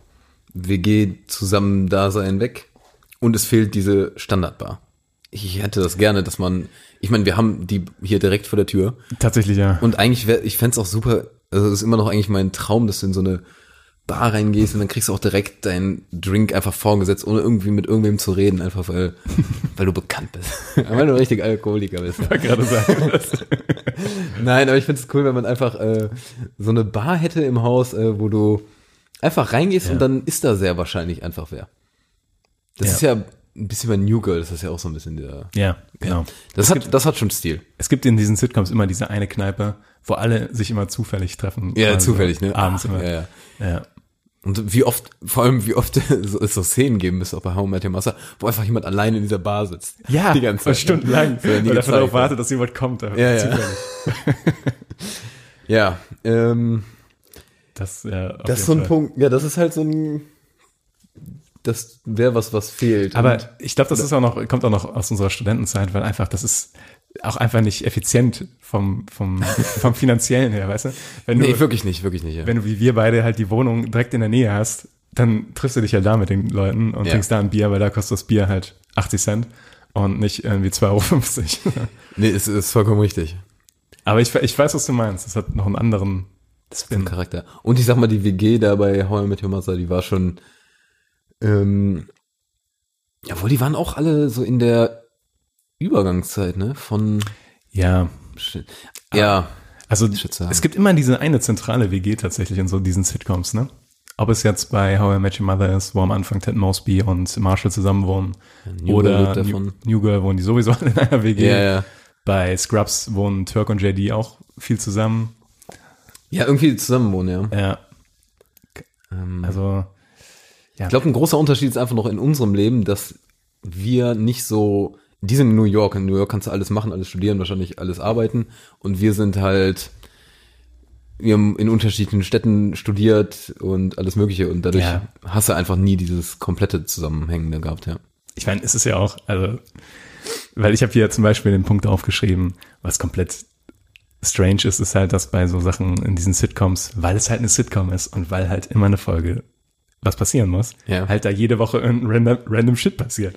Speaker 5: WG-Zusammendasein weg. Und es fehlt diese Standardbar. Ich hätte das gerne, dass man, ich meine, wir haben die hier direkt vor der Tür.
Speaker 1: Tatsächlich ja.
Speaker 5: Und eigentlich wäre, ich fänd's auch super, also es ist immer noch eigentlich mein Traum, dass du in so eine Bar reingehst und dann kriegst du auch direkt deinen Drink einfach vorgesetzt, ohne irgendwie mit irgendwem zu reden, einfach weil, weil du bekannt bist. weil du richtig Alkoholiker bist.
Speaker 1: Ich wollte gerade sagen. Das,
Speaker 5: Nein, aber ich finde es cool, wenn man einfach äh, so eine Bar hätte im Haus, äh, wo du einfach reingehst und dann ist da sehr wahrscheinlich einfach wer. Das
Speaker 1: Ja.
Speaker 5: ist ja ein bisschen bei New Girl, das ist ja auch so ein bisschen der.
Speaker 1: ja, genau.
Speaker 5: Das, hat, das hat schon Stil.
Speaker 1: Es gibt in diesen Sitcoms immer diese eine Kneipe, wo alle sich immer zufällig treffen.
Speaker 5: Ja,
Speaker 1: Also
Speaker 5: zufällig, ne?
Speaker 1: Abends
Speaker 5: Ah,
Speaker 1: immer.
Speaker 5: Ja, ja.
Speaker 1: Ja.
Speaker 5: Und wie oft, vor allem wie oft so- es so Szenen geben müsste, auch bei How I Met Your Master, wo einfach jemand allein in dieser Bar sitzt. die ganze Zeit.
Speaker 1: stundenlang.
Speaker 5: So, nie
Speaker 1: Weil
Speaker 5: gezeigt,
Speaker 1: davon darauf
Speaker 5: ja.
Speaker 1: wartet, dass jemand kommt. aber
Speaker 5: Ja, ja.
Speaker 1: zufällig.
Speaker 5: Ja, ähm,
Speaker 1: Das, ja, auf
Speaker 5: das
Speaker 1: jeden
Speaker 5: ist so ein
Speaker 1: Fall.
Speaker 5: Punkt, ja, das ist halt so ein, das wäre was, was fehlt.
Speaker 1: Aber
Speaker 5: Und-
Speaker 1: ich glaube, das ist auch noch, kommt auch noch aus unserer Studentenzeit, weil einfach, das ist auch einfach nicht effizient vom, vom, vom finanziellen her, weißt du? Wenn du,
Speaker 5: nee, wirklich nicht, wirklich nicht, ja.
Speaker 1: wenn du wie wir beide halt die Wohnung direkt in der Nähe hast, dann triffst du dich ja da mit den Leuten und
Speaker 5: Ja.
Speaker 1: trinkst da ein Bier, weil da kostet das Bier halt 80 Cent und nicht irgendwie 2,50 Euro.
Speaker 5: Nee, ist, ist vollkommen richtig.
Speaker 1: Aber ich, ich weiß, was du meinst. Das hat noch einen anderen Spin.
Speaker 5: Charakter. Und ich sag mal, die WG da bei How I Met Your Mother, die war schon, ähm, jawohl, die waren auch alle so in der Übergangszeit, ne, von,
Speaker 1: Ja.
Speaker 5: Shit. ja,
Speaker 1: Also
Speaker 5: würd sagen.
Speaker 1: es gibt immer diese eine zentrale WG tatsächlich in so diesen Sitcoms, ne? Ob es jetzt bei How I Met Your Mother ist, wo am Anfang Ted Mosby und Marshall zusammen wohnen.
Speaker 5: New
Speaker 1: oder
Speaker 5: Girl lebt
Speaker 1: New,
Speaker 5: davon.
Speaker 1: New Girl wohnen die sowieso alle in einer WG.
Speaker 5: ja, ja.
Speaker 1: Bei Scrubs wohnen Turk und JD auch viel zusammen.
Speaker 5: Ja, irgendwie zusammenwohnen, ja.
Speaker 1: Ja.
Speaker 5: Ähm.
Speaker 1: Also,
Speaker 5: Ich glaube, ein großer Unterschied ist einfach noch in unserem Leben, dass wir nicht so, die sind in New York, in New York kannst du alles machen, alles studieren, wahrscheinlich alles arbeiten und wir sind halt, wir haben in unterschiedlichen Städten studiert und alles mögliche und dadurch
Speaker 1: Ja.
Speaker 5: hast du einfach nie dieses komplette Zusammenhängende gehabt, ja.
Speaker 1: ich meine, es ist ja auch, also, weil ich habe hier zum Beispiel den Punkt aufgeschrieben, was komplett strange ist, ist halt, dass bei so Sachen in diesen Sitcoms, weil es halt eine Sitcom ist und weil halt immer eine Folge was passieren muss,
Speaker 5: Ja.
Speaker 1: halt da jede Woche irgendein random, random Shit passiert.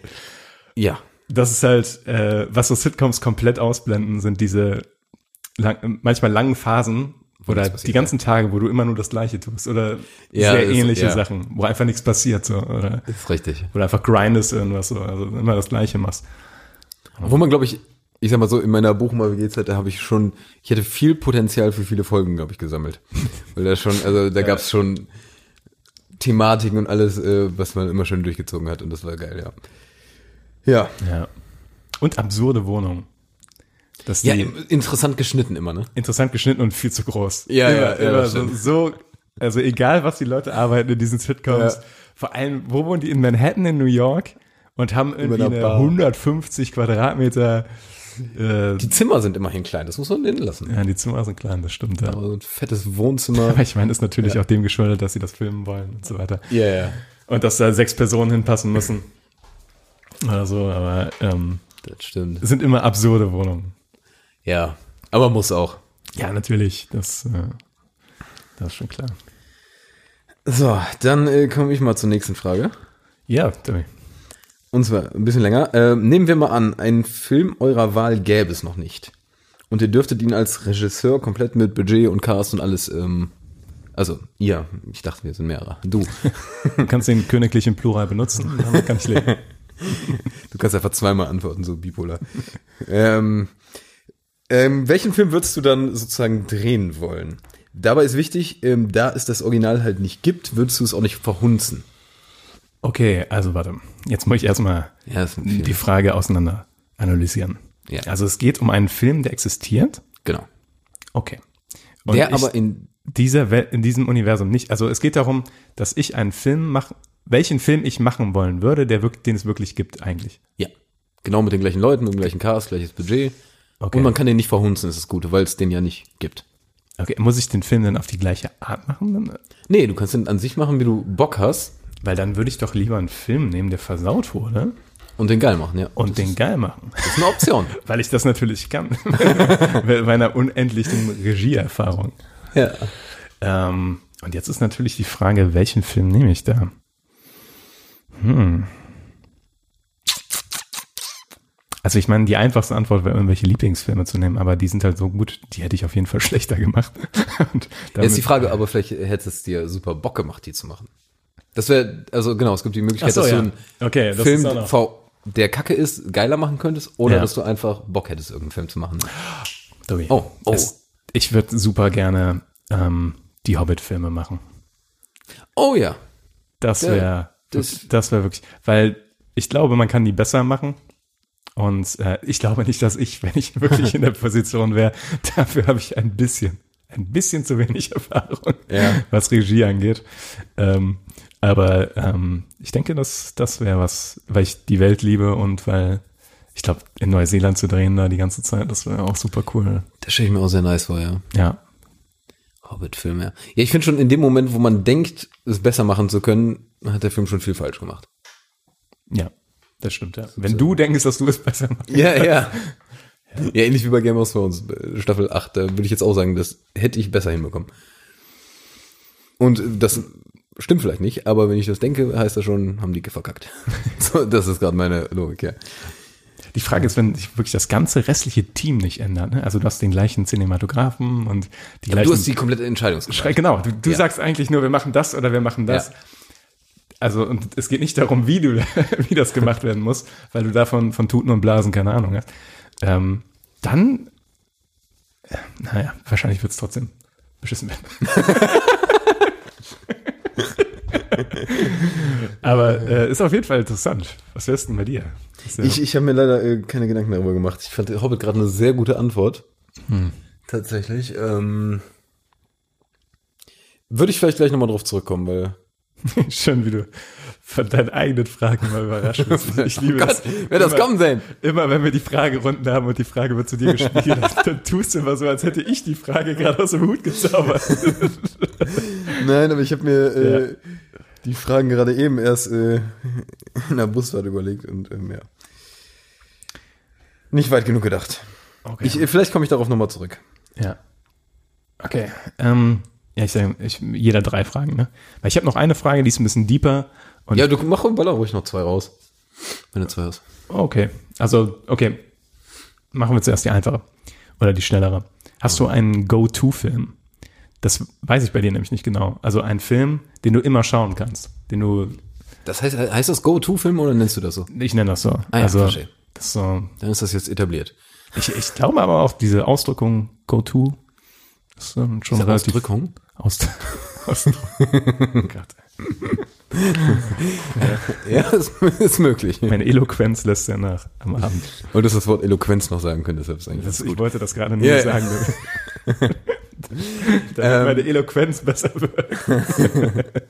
Speaker 5: Ja.
Speaker 1: Das ist halt, äh, was so Sitcoms komplett ausblenden, sind diese lang, manchmal langen Phasen oder
Speaker 5: nichts passiert,
Speaker 1: die ganzen Tage, wo du immer nur das Gleiche tust oder
Speaker 5: Ja,
Speaker 1: sehr
Speaker 5: ist-
Speaker 1: ähnliche
Speaker 5: ja.
Speaker 1: Sachen, wo einfach nichts passiert so oder
Speaker 5: Ist richtig.
Speaker 1: oder einfach grindest irgendwas so, also immer das Gleiche machst.
Speaker 5: Obwohl man, glaube ich, ich sag mal so, in meiner Bochumer WG-Zeit, da habe ich schon, ich hätte viel Potenzial für viele Folgen, glaube ich, gesammelt. Weil da schon, also da gab es schon Thematiken und alles, äh, was man immer schön durchgezogen hat und das war geil, ja. Ja.
Speaker 1: Ja. Und absurde Wohnungen. Dass die
Speaker 5: Ja, im- interessant geschnitten immer, ne?
Speaker 1: interessant geschnitten und viel zu groß.
Speaker 5: Ja,
Speaker 1: immer,
Speaker 5: ja, ja,
Speaker 1: immer
Speaker 5: das
Speaker 1: so,
Speaker 5: stimmt.
Speaker 1: so, also egal, was die Leute arbeiten in diesen Sitcoms,
Speaker 5: Ja.
Speaker 1: vor allem, wo wohnen die in Manhattan in New York und haben irgendwie
Speaker 5: einer
Speaker 1: eine
Speaker 5: Bar.
Speaker 1: 150 Quadratmeter äh,
Speaker 5: Die Zimmer sind immerhin klein, das muss man denen lassen.
Speaker 1: ja, die Zimmer sind klein, das stimmt. Ja.
Speaker 5: Also ein fettes Wohnzimmer.
Speaker 1: Aber ich meine, ist natürlich auch dem geschuldet, dass sie das filmen wollen und so weiter.
Speaker 5: Ja, ja.
Speaker 1: Und dass da sechs Personen hinpassen müssen. Oder so, aber ähm,
Speaker 5: Das stimmt.
Speaker 1: sind immer absurde Wohnungen.
Speaker 5: Ja. Aber muss auch.
Speaker 1: Ja, natürlich. Das, äh, das ist schon klar.
Speaker 5: So, dann äh, komme ich mal zur nächsten Frage.
Speaker 1: Ja, Tommy.
Speaker 5: Und zwar ein bisschen länger. Ähm, nehmen wir mal an, einen Film eurer Wahl gäbe es noch nicht. Und ihr dürftet ihn als Regisseur komplett mit Budget und Cast und alles, ähm, also ihr, ich dachte, wir sind mehrere. Du.
Speaker 1: Du kannst den königlichen Plural benutzen. Damit kann ich leben.
Speaker 5: Du kannst einfach zweimal antworten, so bipolar. ähm, ähm, welchen Film würdest du dann sozusagen drehen wollen? Dabei ist wichtig, ähm, da es das Original halt nicht gibt, würdest du es auch nicht verhunzen.
Speaker 1: Okay, also warte. Jetzt muss ich erstmal
Speaker 5: Ja, das sind viele.
Speaker 1: die Frage auseinander analysieren.
Speaker 5: Ja.
Speaker 1: Also es geht um einen Film, der existiert.
Speaker 5: Genau.
Speaker 1: Okay. Und
Speaker 5: Der
Speaker 1: ich-
Speaker 5: aber in,
Speaker 1: dieser Wel in diesem Universum nicht. Also es geht darum, dass ich einen Film mache, welchen Film ich machen wollen würde, der wirklich, den es wirklich gibt eigentlich.
Speaker 5: ja, genau mit den gleichen Leuten, mit dem gleichen Cast, gleiches Budget.
Speaker 1: Okay.
Speaker 5: Und man kann den nicht verhunzen, ist das Gute, weil es den ja nicht gibt.
Speaker 1: Okay, muss ich den Film dann auf die gleiche Art machen? Dann? äh,
Speaker 5: Nee, du kannst den an sich machen, wie du Bock hast
Speaker 1: Weil dann würde ich doch lieber einen Film nehmen, der versaut wurde
Speaker 5: und den geil machen, ja.
Speaker 1: und den geil machen.
Speaker 5: Das ist eine Option.
Speaker 1: Weil ich das natürlich kann. Mit meiner unendlichen Regieerfahrung.
Speaker 5: ja.
Speaker 1: Ähm, und jetzt ist natürlich die Frage, welchen Film nehme ich da? Hm. Also ich meine, die einfachste Antwort wäre, irgendwelche Lieblingsfilme zu nehmen, aber die sind halt so gut, die hätte ich auf jeden Fall schlechter gemacht. Und damit-
Speaker 5: Jetzt ist die Frage, aber vielleicht hättest es dir super Bock gemacht, die zu machen. Das wäre, also genau, es gibt die Möglichkeit,
Speaker 1: Ach so,
Speaker 5: dass
Speaker 1: ja.
Speaker 5: du einen
Speaker 1: Okay, das
Speaker 5: Film,
Speaker 1: ist auch noch-
Speaker 5: V- der kacke ist, geiler machen könntest oder
Speaker 1: Ja.
Speaker 5: dass du einfach Bock hättest, irgendeinen Film zu machen.
Speaker 1: Tobi,
Speaker 5: Oh, oh.
Speaker 1: Es, ich würde super gerne ähm, die Hobbit-Filme machen.
Speaker 5: Oh ja,
Speaker 1: Das
Speaker 5: Ja,
Speaker 1: wäre, das,
Speaker 5: das-
Speaker 1: das wäre wirklich, weil ich glaube, man kann die besser machen. Und äh, ich glaube nicht, dass ich, wenn ich wirklich in der Position wäre, dafür habe ich ein bisschen ein bisschen zu wenig Erfahrung,
Speaker 5: Ja.
Speaker 1: was Regie angeht. Ähm, aber ähm, ich denke, dass das wäre was, weil ich die Welt liebe und weil ich glaube, in Neuseeland zu drehen da die ganze Zeit, das wäre auch super cool.
Speaker 5: Das stelle ich mir auch sehr nice vor, ja.
Speaker 1: Ja.
Speaker 5: Hobbit-Film, ja. Ja, ich finde schon in dem Moment, wo man denkt, es besser machen zu können, hat der Film schon viel falsch gemacht.
Speaker 1: Ja, das stimmt, ja. Wenn du denkst, dass du es besser machst.
Speaker 5: Ja, ja. Ja, ähnlich wie bei Game of Thrones, äh, Staffel 8, da würde ich jetzt auch sagen, das hätte ich besser hinbekommen. Und äh, das stimmt vielleicht nicht, aber wenn ich das denke, heißt das schon, haben die verkackt. So, das ist gerade meine Logik, ja.
Speaker 1: Die Frage ist, wenn sich wirklich das ganze restliche Team nicht ändert, ne? Also du hast den gleichen Cinematografen und die gleichen.
Speaker 5: Du hast die komplette Entscheidungsgewalt.
Speaker 1: Schrei- genau, du, du
Speaker 5: Ja.
Speaker 1: sagst eigentlich nur, wir machen das oder wir machen das.
Speaker 5: Ja.
Speaker 1: Also, und es geht nicht darum, wie du, wie das gemacht werden muss, weil du davon von Tuten und Blasen keine Ahnung hast. Ähm, dann, äh, naja, wahrscheinlich wird es trotzdem beschissen werden. Aber äh, ist auf jeden Fall interessant. Was wär's denn bei dir? Ist ja-
Speaker 5: Ich, ich habe mir leider äh, keine Gedanken darüber gemacht. Ich fand Hobbit gerade eine sehr gute Antwort. Hm. Tatsächlich. Ähm, würde ich vielleicht gleich nochmal drauf zurückkommen, weil.
Speaker 1: Schön, wie du von deinen eigenen Fragen mal überrascht wirst. Ich liebe
Speaker 5: Oh Gott,
Speaker 1: das.
Speaker 5: wer das
Speaker 1: Immer-
Speaker 5: kommen sehen?
Speaker 1: Immer wenn wir die Fragerunden haben und die Frage wird zu dir gespielt, dann tust du immer so, als hätte ich die Frage gerade aus dem Hut gezaubert.
Speaker 5: Nein, aber ich habe mir äh,
Speaker 1: Ja.
Speaker 5: die Fragen gerade eben erst äh, in der Busfahrt überlegt und ähm, ja. Nicht weit genug gedacht.
Speaker 1: Okay.
Speaker 5: Ich, äh, vielleicht komme ich darauf nochmal zurück.
Speaker 1: ja. Okay. Ähm, ja, ich sage, ich, jeder drei Fragen, ne? Weil ich habe noch eine Frage, die ist ein bisschen deeper. Und
Speaker 5: Ja, du mach und baller ruhig noch zwei raus. Wenn du zwei hast.
Speaker 1: Okay. Also, okay. Machen wir zuerst die einfache. Oder die schnellere. Hast du einen Go-To-Film? Das weiß ich bei dir nämlich nicht genau. Also einen Film, den du immer schauen kannst. Den du,
Speaker 5: Das heißt, heißt das Go-To-Film oder nennst du das so?
Speaker 1: ich nenne das so.
Speaker 5: Ah ja,
Speaker 1: also,
Speaker 5: verstehe.
Speaker 1: das ist so
Speaker 5: Dann ist das jetzt etabliert.
Speaker 1: Ich, ich glaube aber auch diese Ausdrückung Go-To ist ähm, schon
Speaker 5: Diese
Speaker 1: relativ.
Speaker 5: Ausdrückung?
Speaker 1: Aus, Ausdruck. Oh Gott.
Speaker 5: Ja, ist, ist möglich.
Speaker 1: Meine Eloquenz lässt ja nach am Abend.
Speaker 5: Wolltest das Wort Eloquenz noch sagen können, deshalb ist eigentlich
Speaker 1: Das, ich wollte das gerade nur
Speaker 5: Ja, ja.
Speaker 1: sagen. Damit
Speaker 5: Ähm.
Speaker 1: meine Eloquenz besser wird.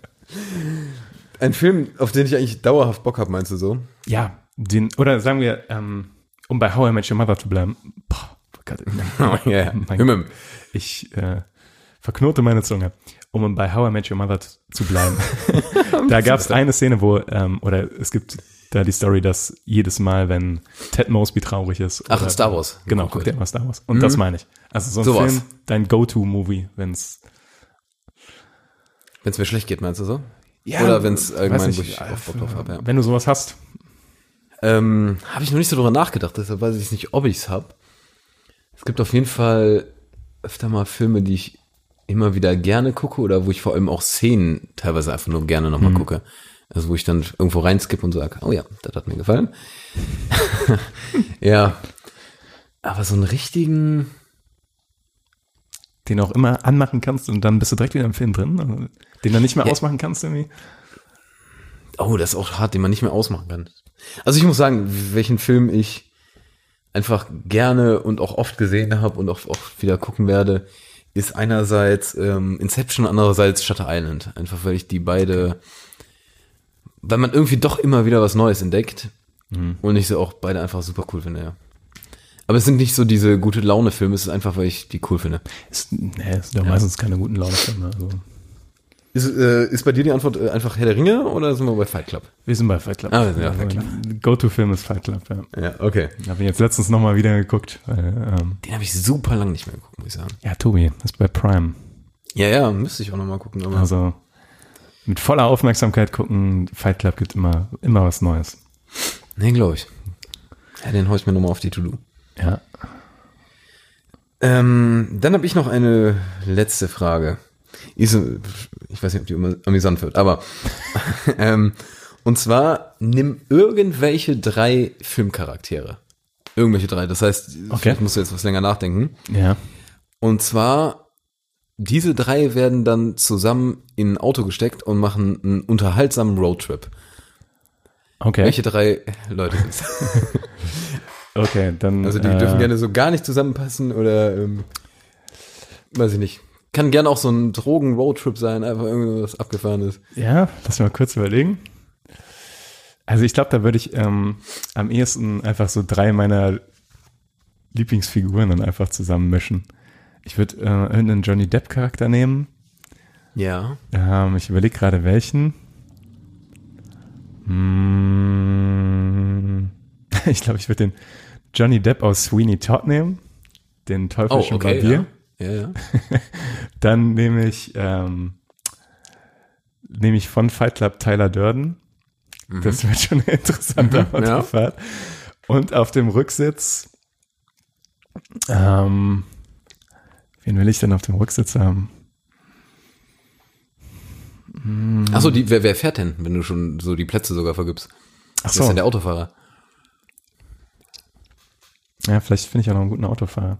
Speaker 5: Ein Film, auf den ich eigentlich dauerhaft Bock habe, meinst du so?
Speaker 1: Ja, den, oder sagen wir, ähm, um bei How I Met Your Mother zu bleiben. Boah, oh Gott,
Speaker 5: ja.
Speaker 1: Mein
Speaker 5: Himmel.
Speaker 1: ich äh, verknote meine Zunge, um bei How I Met Your Mother t- zu bleiben. da gab es eine Szene, wo, ähm, oder es gibt da die Story, dass jedes Mal, wenn Ted Mosby traurig ist.
Speaker 5: Ach,
Speaker 1: oder,
Speaker 5: Star Wars. Mhm.
Speaker 1: Genau, guckt er immer Star Wars. Und das meine ich. Also so ein
Speaker 5: Sowas.
Speaker 1: Film, dein Go-To-Movie, wenn's
Speaker 5: Wenn es mir schlecht geht, meinst du so?
Speaker 1: Ja,
Speaker 5: Oder wenn es allgemein,
Speaker 1: weiß
Speaker 5: wo
Speaker 1: nicht,
Speaker 5: ich auch Bock drauf habe, ja.
Speaker 1: wenn du sowas hast.
Speaker 5: Ähm, habe ich noch nicht so drüber nachgedacht, deshalb weiß ich nicht, ob ich's hab. Es gibt auf jeden Fall öfter mal Filme, die ich immer wieder gerne gucke oder wo ich vor allem auch Szenen teilweise einfach nur gerne nochmal gucke. Also wo ich dann irgendwo reinskippe und sage, oh ja, das hat mir gefallen. ja. Aber so einen richtigen,
Speaker 1: Den du auch immer anmachen kannst und dann bist du direkt wieder im Film drin. Also, Den du nicht mehr ausmachen kannst irgendwie.
Speaker 5: Oh, das ist auch hart, den man nicht mehr ausmachen kann. Also ich muss sagen, welchen Film ich einfach gerne und auch oft gesehen habe und auch oft wieder gucken werde, ist einerseits ähm, Inception, andererseits Shutter Island. Einfach weil ich die beide, weil man irgendwie doch immer wieder was Neues entdeckt und ich sie auch beide einfach super cool finde, ja. Aber es sind nicht so diese gute Laune-Filme, es ist einfach, weil ich die cool finde.
Speaker 1: Ist, nee, ist ja meistens keine guten Laune-Filme. Also.
Speaker 5: Ist, äh, ist bei dir die Antwort einfach Herr der Ringe oder sind wir bei Fight Club?
Speaker 1: Wir sind bei Fight Club.
Speaker 5: Ah, wir sind bei
Speaker 1: Also,
Speaker 5: Fight
Speaker 1: Go-To-Film ist Fight Club, ja.
Speaker 5: Ja, okay.
Speaker 1: Habe ich jetzt letztens nochmal wieder geguckt. Weil, ähm,
Speaker 5: Den habe ich super lang nicht mehr geguckt, muss ich sagen.
Speaker 1: ja, Tobi, ist bei Prime.
Speaker 5: Ja, ja, müsste ich auch nochmal gucken. Aber
Speaker 1: Also mit voller Aufmerksamkeit gucken, Fight Club gibt immer, immer was Neues.
Speaker 5: nee, glaube ich. Ja, den hau ich mir nochmal auf die To-Do.
Speaker 1: Ja.
Speaker 5: Ähm, dann habe ich noch eine letzte Frage. Ist, äh, ich weiß nicht, ob die immer amüsant wird, aber ähm, und zwar nimm irgendwelche drei Filmcharaktere. Irgendwelche drei. Das heißt, vielleicht musst du jetzt was länger nachdenken.
Speaker 1: Ja.
Speaker 5: Und zwar, diese drei werden dann zusammen in ein Auto gesteckt und machen einen unterhaltsamen Roadtrip.
Speaker 1: Okay.
Speaker 5: Welche drei Leute sind
Speaker 1: Okay, dann.
Speaker 5: Also die
Speaker 1: äh,
Speaker 5: dürfen gerne so gar nicht zusammenpassen oder ähm, weiß ich nicht. Kann gern auch so ein Drogen-Roadtrip sein, einfach irgendwas abgefahren ist.
Speaker 1: Ja, lass mal kurz überlegen. Also ich glaube, da würde ich ähm, am ehesten einfach so drei meiner Lieblingsfiguren dann einfach zusammenmischen. Ich würde äh, irgendeinen Johnny Depp-Charakter nehmen.
Speaker 5: Ja.
Speaker 1: Ähm, ich überlege gerade welchen. Mm, ich glaube, ich würde den Johnny Depp aus Sweeney Todd nehmen. Den
Speaker 5: Oh,
Speaker 1: teuflischen
Speaker 5: okay.
Speaker 1: Barbier.
Speaker 5: Ja. ja,
Speaker 1: Mhm.
Speaker 5: ja.
Speaker 1: Dann nehme ich, ähm, nehme ich von Fight Club Tyler Durden. Das wird schon eine interessante Autofahrt. Und auf dem Rücksitz, ähm, wen will ich denn auf dem Rücksitz haben?
Speaker 5: Achso, die, wer, wer fährt denn, wenn du schon so die Plätze sogar vergibst?
Speaker 1: Ach
Speaker 5: Wer ist
Speaker 1: so,
Speaker 5: denn der Autofahrer?
Speaker 1: ja, vielleicht finde ich auch noch einen guten Autofahrer.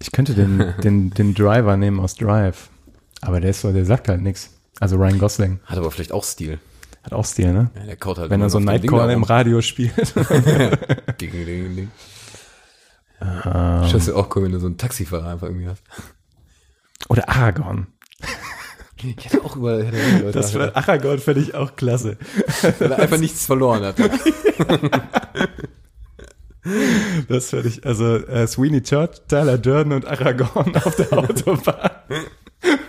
Speaker 1: Ich könnte den, den, den Driver nehmen aus Drive. Aber der ist so, der sagt halt nichts. Also Ryan Gosling
Speaker 5: Hat aber vielleicht auch Stil.
Speaker 1: hat auch Stil, ne?
Speaker 5: Ja, der kaut halt
Speaker 1: Wenn er so Nightcall im Radio spielt.
Speaker 5: Rad. Ding, ding, ding, ding.
Speaker 1: Ähm.
Speaker 5: Das wäre auch cool, wenn du so einen Taxifahrer einfach irgendwie hast.
Speaker 1: Oder Aragorn.
Speaker 5: Ich hätte auch überall hätte auch Leute
Speaker 1: Das war, Aragorn finde ich auch klasse.
Speaker 5: weil er einfach nichts verloren hat.
Speaker 1: Das werde ich, also äh, Sweeney Todd, Tyler Durden und Aragorn auf der Autobahn.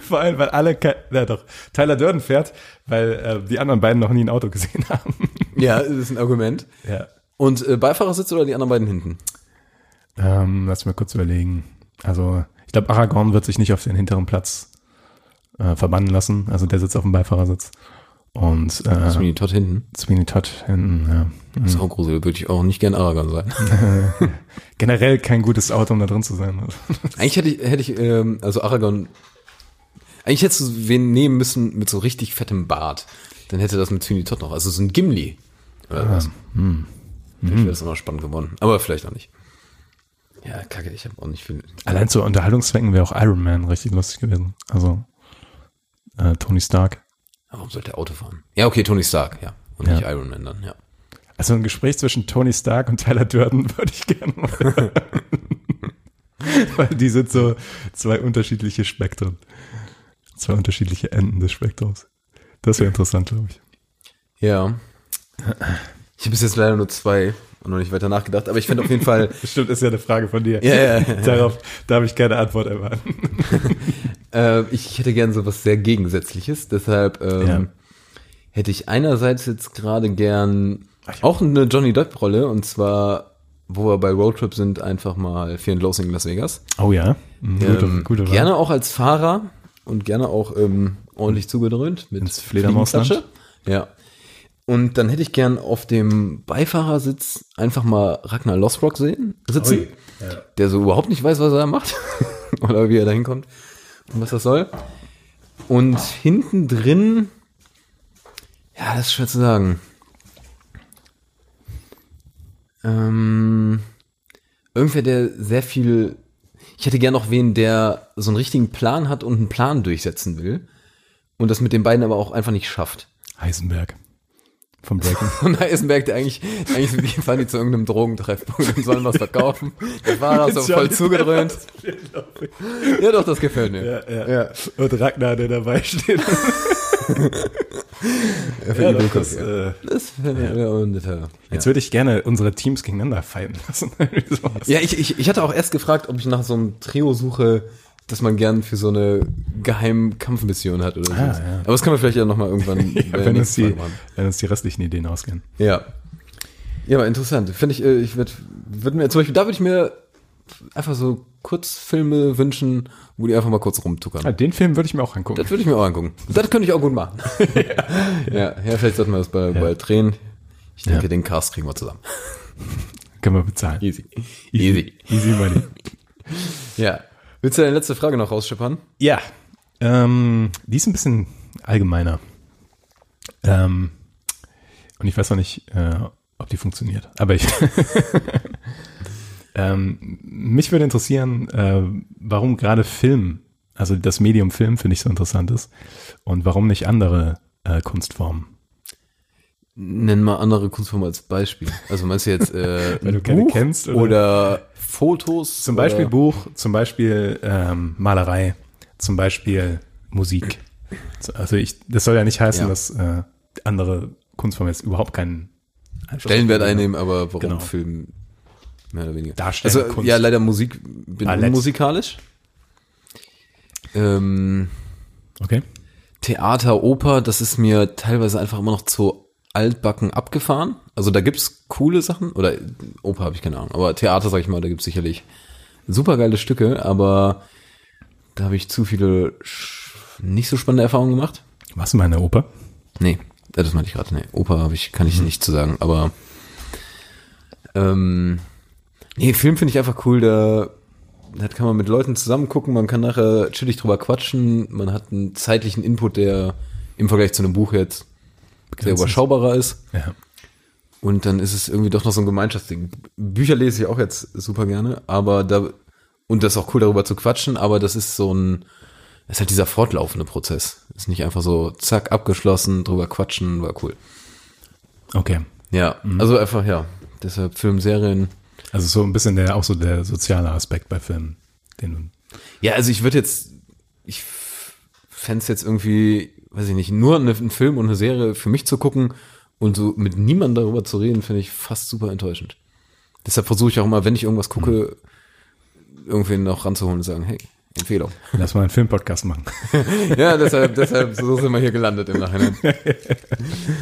Speaker 1: Vor allem, weil alle, ke- na doch, Tyler Durden fährt, weil äh, die anderen beiden noch nie ein Auto gesehen haben.
Speaker 5: Ja, das ist ein Argument.
Speaker 1: Ja.
Speaker 5: Und äh, Beifahrersitz oder die anderen beiden hinten?
Speaker 1: Ähm, lass mich mal kurz überlegen. Also, ich glaube, Aragorn wird sich nicht auf den hinteren Platz äh, verbannen lassen. Also, der sitzt auf dem Beifahrersitz. Und
Speaker 5: Das
Speaker 1: äh,
Speaker 5: Sweeney Also Todd hinten.
Speaker 1: Sweeney Todd hinten, ja.
Speaker 5: Das ist auch gruselig, würde ich auch nicht gern Aragon sein.
Speaker 1: Generell kein gutes Auto, um da drin zu sein.
Speaker 5: Eigentlich hätte ich, hätte ich ähm, also Aragon, eigentlich hättest du wen nehmen müssen mit so richtig fettem Bart. Dann hätte das mit Sweeney Todd noch, also so ein Gimli oder was. Vielleicht wäre das immer spannend geworden, aber vielleicht auch nicht. Ja, kacke, ich habe auch nicht viel.
Speaker 1: Allein zu Unterhaltungszwecken wäre auch Iron Man richtig lustig gewesen. Also äh, Tony Stark.
Speaker 5: Warum sollte er Auto fahren? Ja, okay, Tony Stark, ja. Und
Speaker 1: Ja.
Speaker 5: nicht Iron Man dann, ja.
Speaker 1: Also ein Gespräch zwischen Tony Stark und Tyler Durden würde ich gerne mal. hören. Weil die sind so zwei unterschiedliche Spektren. Zwei unterschiedliche Enden des Spektrums. Das wäre interessant, glaube ich.
Speaker 5: Ja. Ich habe bis jetzt leider nur zwei und noch nicht weiter nachgedacht, aber ich fände auf jeden Fall
Speaker 1: Bestimmt ist ja eine Frage von dir.
Speaker 5: Ja, ja, ja.
Speaker 1: Darauf darf ich keine Antwort erwarten.
Speaker 5: Äh, ich hätte gern so was sehr Gegensätzliches, deshalb ähm,
Speaker 1: Ja.
Speaker 5: hätte ich einerseits jetzt gerade gern auch eine Johnny Depp-Rolle und zwar, wo wir bei Roadtrip sind, einfach mal Fear and Loathing in Las Vegas.
Speaker 1: Oh ja. Mhm, Gute,
Speaker 5: ähm,
Speaker 1: gute Wahl.
Speaker 5: gerne auch als Fahrer und gerne auch ähm, ordentlich zugedröhnt mit
Speaker 1: Ins Fledermausland.
Speaker 5: Fliegenklatsche. Ja. Und dann hätte ich gern auf dem Beifahrersitz einfach mal Ragnar Losbrock sehen, sitzen, der so überhaupt nicht weiß, was er da macht oder wie er da hinkommt und was das soll. Und hinten drin, ja, das ist schwer zu sagen. Ähm, irgendwer, der sehr viel. Ich hätte gern noch wen, der so einen richtigen Plan hat und einen Plan durchsetzen will. Und das mit den beiden aber auch einfach nicht schafft.
Speaker 1: Heisenberg. Von Breaking.
Speaker 5: Und Heisenberg, der eigentlich, eigentlich fahren die zu irgendeinem Drogentreffpunkt und sollen was verkaufen. Der Fahrer so voll zugedröhnt. Ja, doch, das gefällt mir.
Speaker 1: Ja, ja. Und Ragnar, der dabei steht.
Speaker 5: für die
Speaker 1: doch, das,
Speaker 5: Dokus, ja.
Speaker 1: äh,
Speaker 5: Das gefällt mir. Ja. Und, äh, ja.
Speaker 1: Jetzt würde ich gerne unsere Teams gegeneinander fighten lassen. Irgendwie sowas.
Speaker 5: Ja, ich, ich, ich hatte auch erst gefragt, ob ich nach so einem Trio suche, das man gern für so eine geheime Kampfmission hat oder so.
Speaker 1: Ah, ja.
Speaker 5: Aber das können wir vielleicht ja nochmal irgendwann
Speaker 1: Ja,
Speaker 5: bei der
Speaker 1: wenn, uns
Speaker 5: nächsten
Speaker 1: die,
Speaker 5: Folge machen.
Speaker 1: wenn uns die restlichen Ideen ausgehen.
Speaker 5: Ja. Ja, aber interessant. Finde ich, äh, ich würde würd mir zum Beispiel, da würde ich mir einfach so Kurzfilme wünschen, wo die einfach mal kurz rumtuckern.
Speaker 1: Ah, den Film würde ich mir auch angucken.
Speaker 5: Das würde ich mir auch angucken. Das könnte ich auch gut machen. ja. Ja, vielleicht sollten wir das bei, bei Tränen. Ich denke, den Cast kriegen wir zusammen.
Speaker 1: Können wir bezahlen.
Speaker 5: Easy. Easy.
Speaker 1: Easy money.
Speaker 5: Ja. Willst du deine letzte Frage noch rausschippern?
Speaker 1: ja. Ähm, die ist ein bisschen allgemeiner. Ähm, und ich weiß noch nicht, äh, ob die funktioniert. Aber ich. ähm, mich würde interessieren, äh, warum gerade Film, also das Medium Film finde ich so interessant ist. Und warum nicht andere äh, Kunstformen?
Speaker 5: Nenn mal andere Kunstformen als Beispiel. Also meinst du jetzt äh,
Speaker 1: Weil du
Speaker 5: ein
Speaker 1: keine
Speaker 5: Buch
Speaker 1: kennst,
Speaker 5: oder, Fotos?
Speaker 1: Zum Beispiel
Speaker 5: oder,
Speaker 1: Buch, zum Beispiel ähm, Malerei, Zum Beispiel Musik. Also ich, das soll ja nicht heißen,
Speaker 5: Ja.
Speaker 1: dass äh, andere Kunstformen jetzt überhaupt keinen Einfluss
Speaker 5: Stellenwert
Speaker 1: auf-
Speaker 5: einnehmen, aber warum
Speaker 1: Genau.
Speaker 5: Film mehr oder weniger.
Speaker 1: Darstellende
Speaker 5: also,
Speaker 1: Kunst.
Speaker 5: ja, leider Musik bin
Speaker 1: Ballett.
Speaker 5: unmusikalisch. Ähm,
Speaker 1: Okay.
Speaker 5: Theater, Oper, das ist mir teilweise einfach immer noch zu altbacken abgefahren. Also da gibt's coole Sachen, oder äh, Oper habe ich keine Ahnung, aber Theater, sag ich mal, da gibt's sicherlich supergeile Stücke, aber da habe ich zu viele sch- nicht so spannende Erfahrungen gemacht.
Speaker 1: Warst du mal in der Oper?
Speaker 5: Nee, äh, das meinte ich gerade. Nee, Oper habe ich, kann ich nicht zu sagen, aber ähm, nee, Film finde ich einfach cool, da das kann man mit Leuten zusammen gucken, man kann nachher chillig drüber quatschen, man hat einen zeitlichen Input, der im Vergleich zu einem Buch jetzt sehr
Speaker 1: Begrenzt ist.
Speaker 5: überschaubarer ist.
Speaker 1: Ja.
Speaker 5: Und dann ist es irgendwie doch noch so ein Gemeinschaftsding. Bücher lese ich auch jetzt super gerne, aber da, und das ist auch cool, darüber zu quatschen, aber das ist so ein, das ist halt dieser fortlaufende Prozess. Ist nicht einfach so, zack, abgeschlossen, drüber quatschen, war cool.
Speaker 1: Okay.
Speaker 5: Ja, also einfach, ja. Deshalb Film, Serien.
Speaker 1: Also so ein bisschen der, auch so der soziale Aspekt bei Filmen, den
Speaker 5: Ja, also ich würde jetzt, ich fänd's jetzt irgendwie, weiß ich nicht, nur eine, einen Film und eine Serie für mich zu gucken und so mit niemandem darüber zu reden, finde ich fast super enttäuschend. Deshalb versuche ich auch immer, wenn ich irgendwas gucke, irgendwen noch ranzuholen und sagen, hey, Empfehlung.
Speaker 1: Lass mal einen Filmpodcast machen.
Speaker 5: ja, deshalb, deshalb, so sind wir hier gelandet im Nachhinein.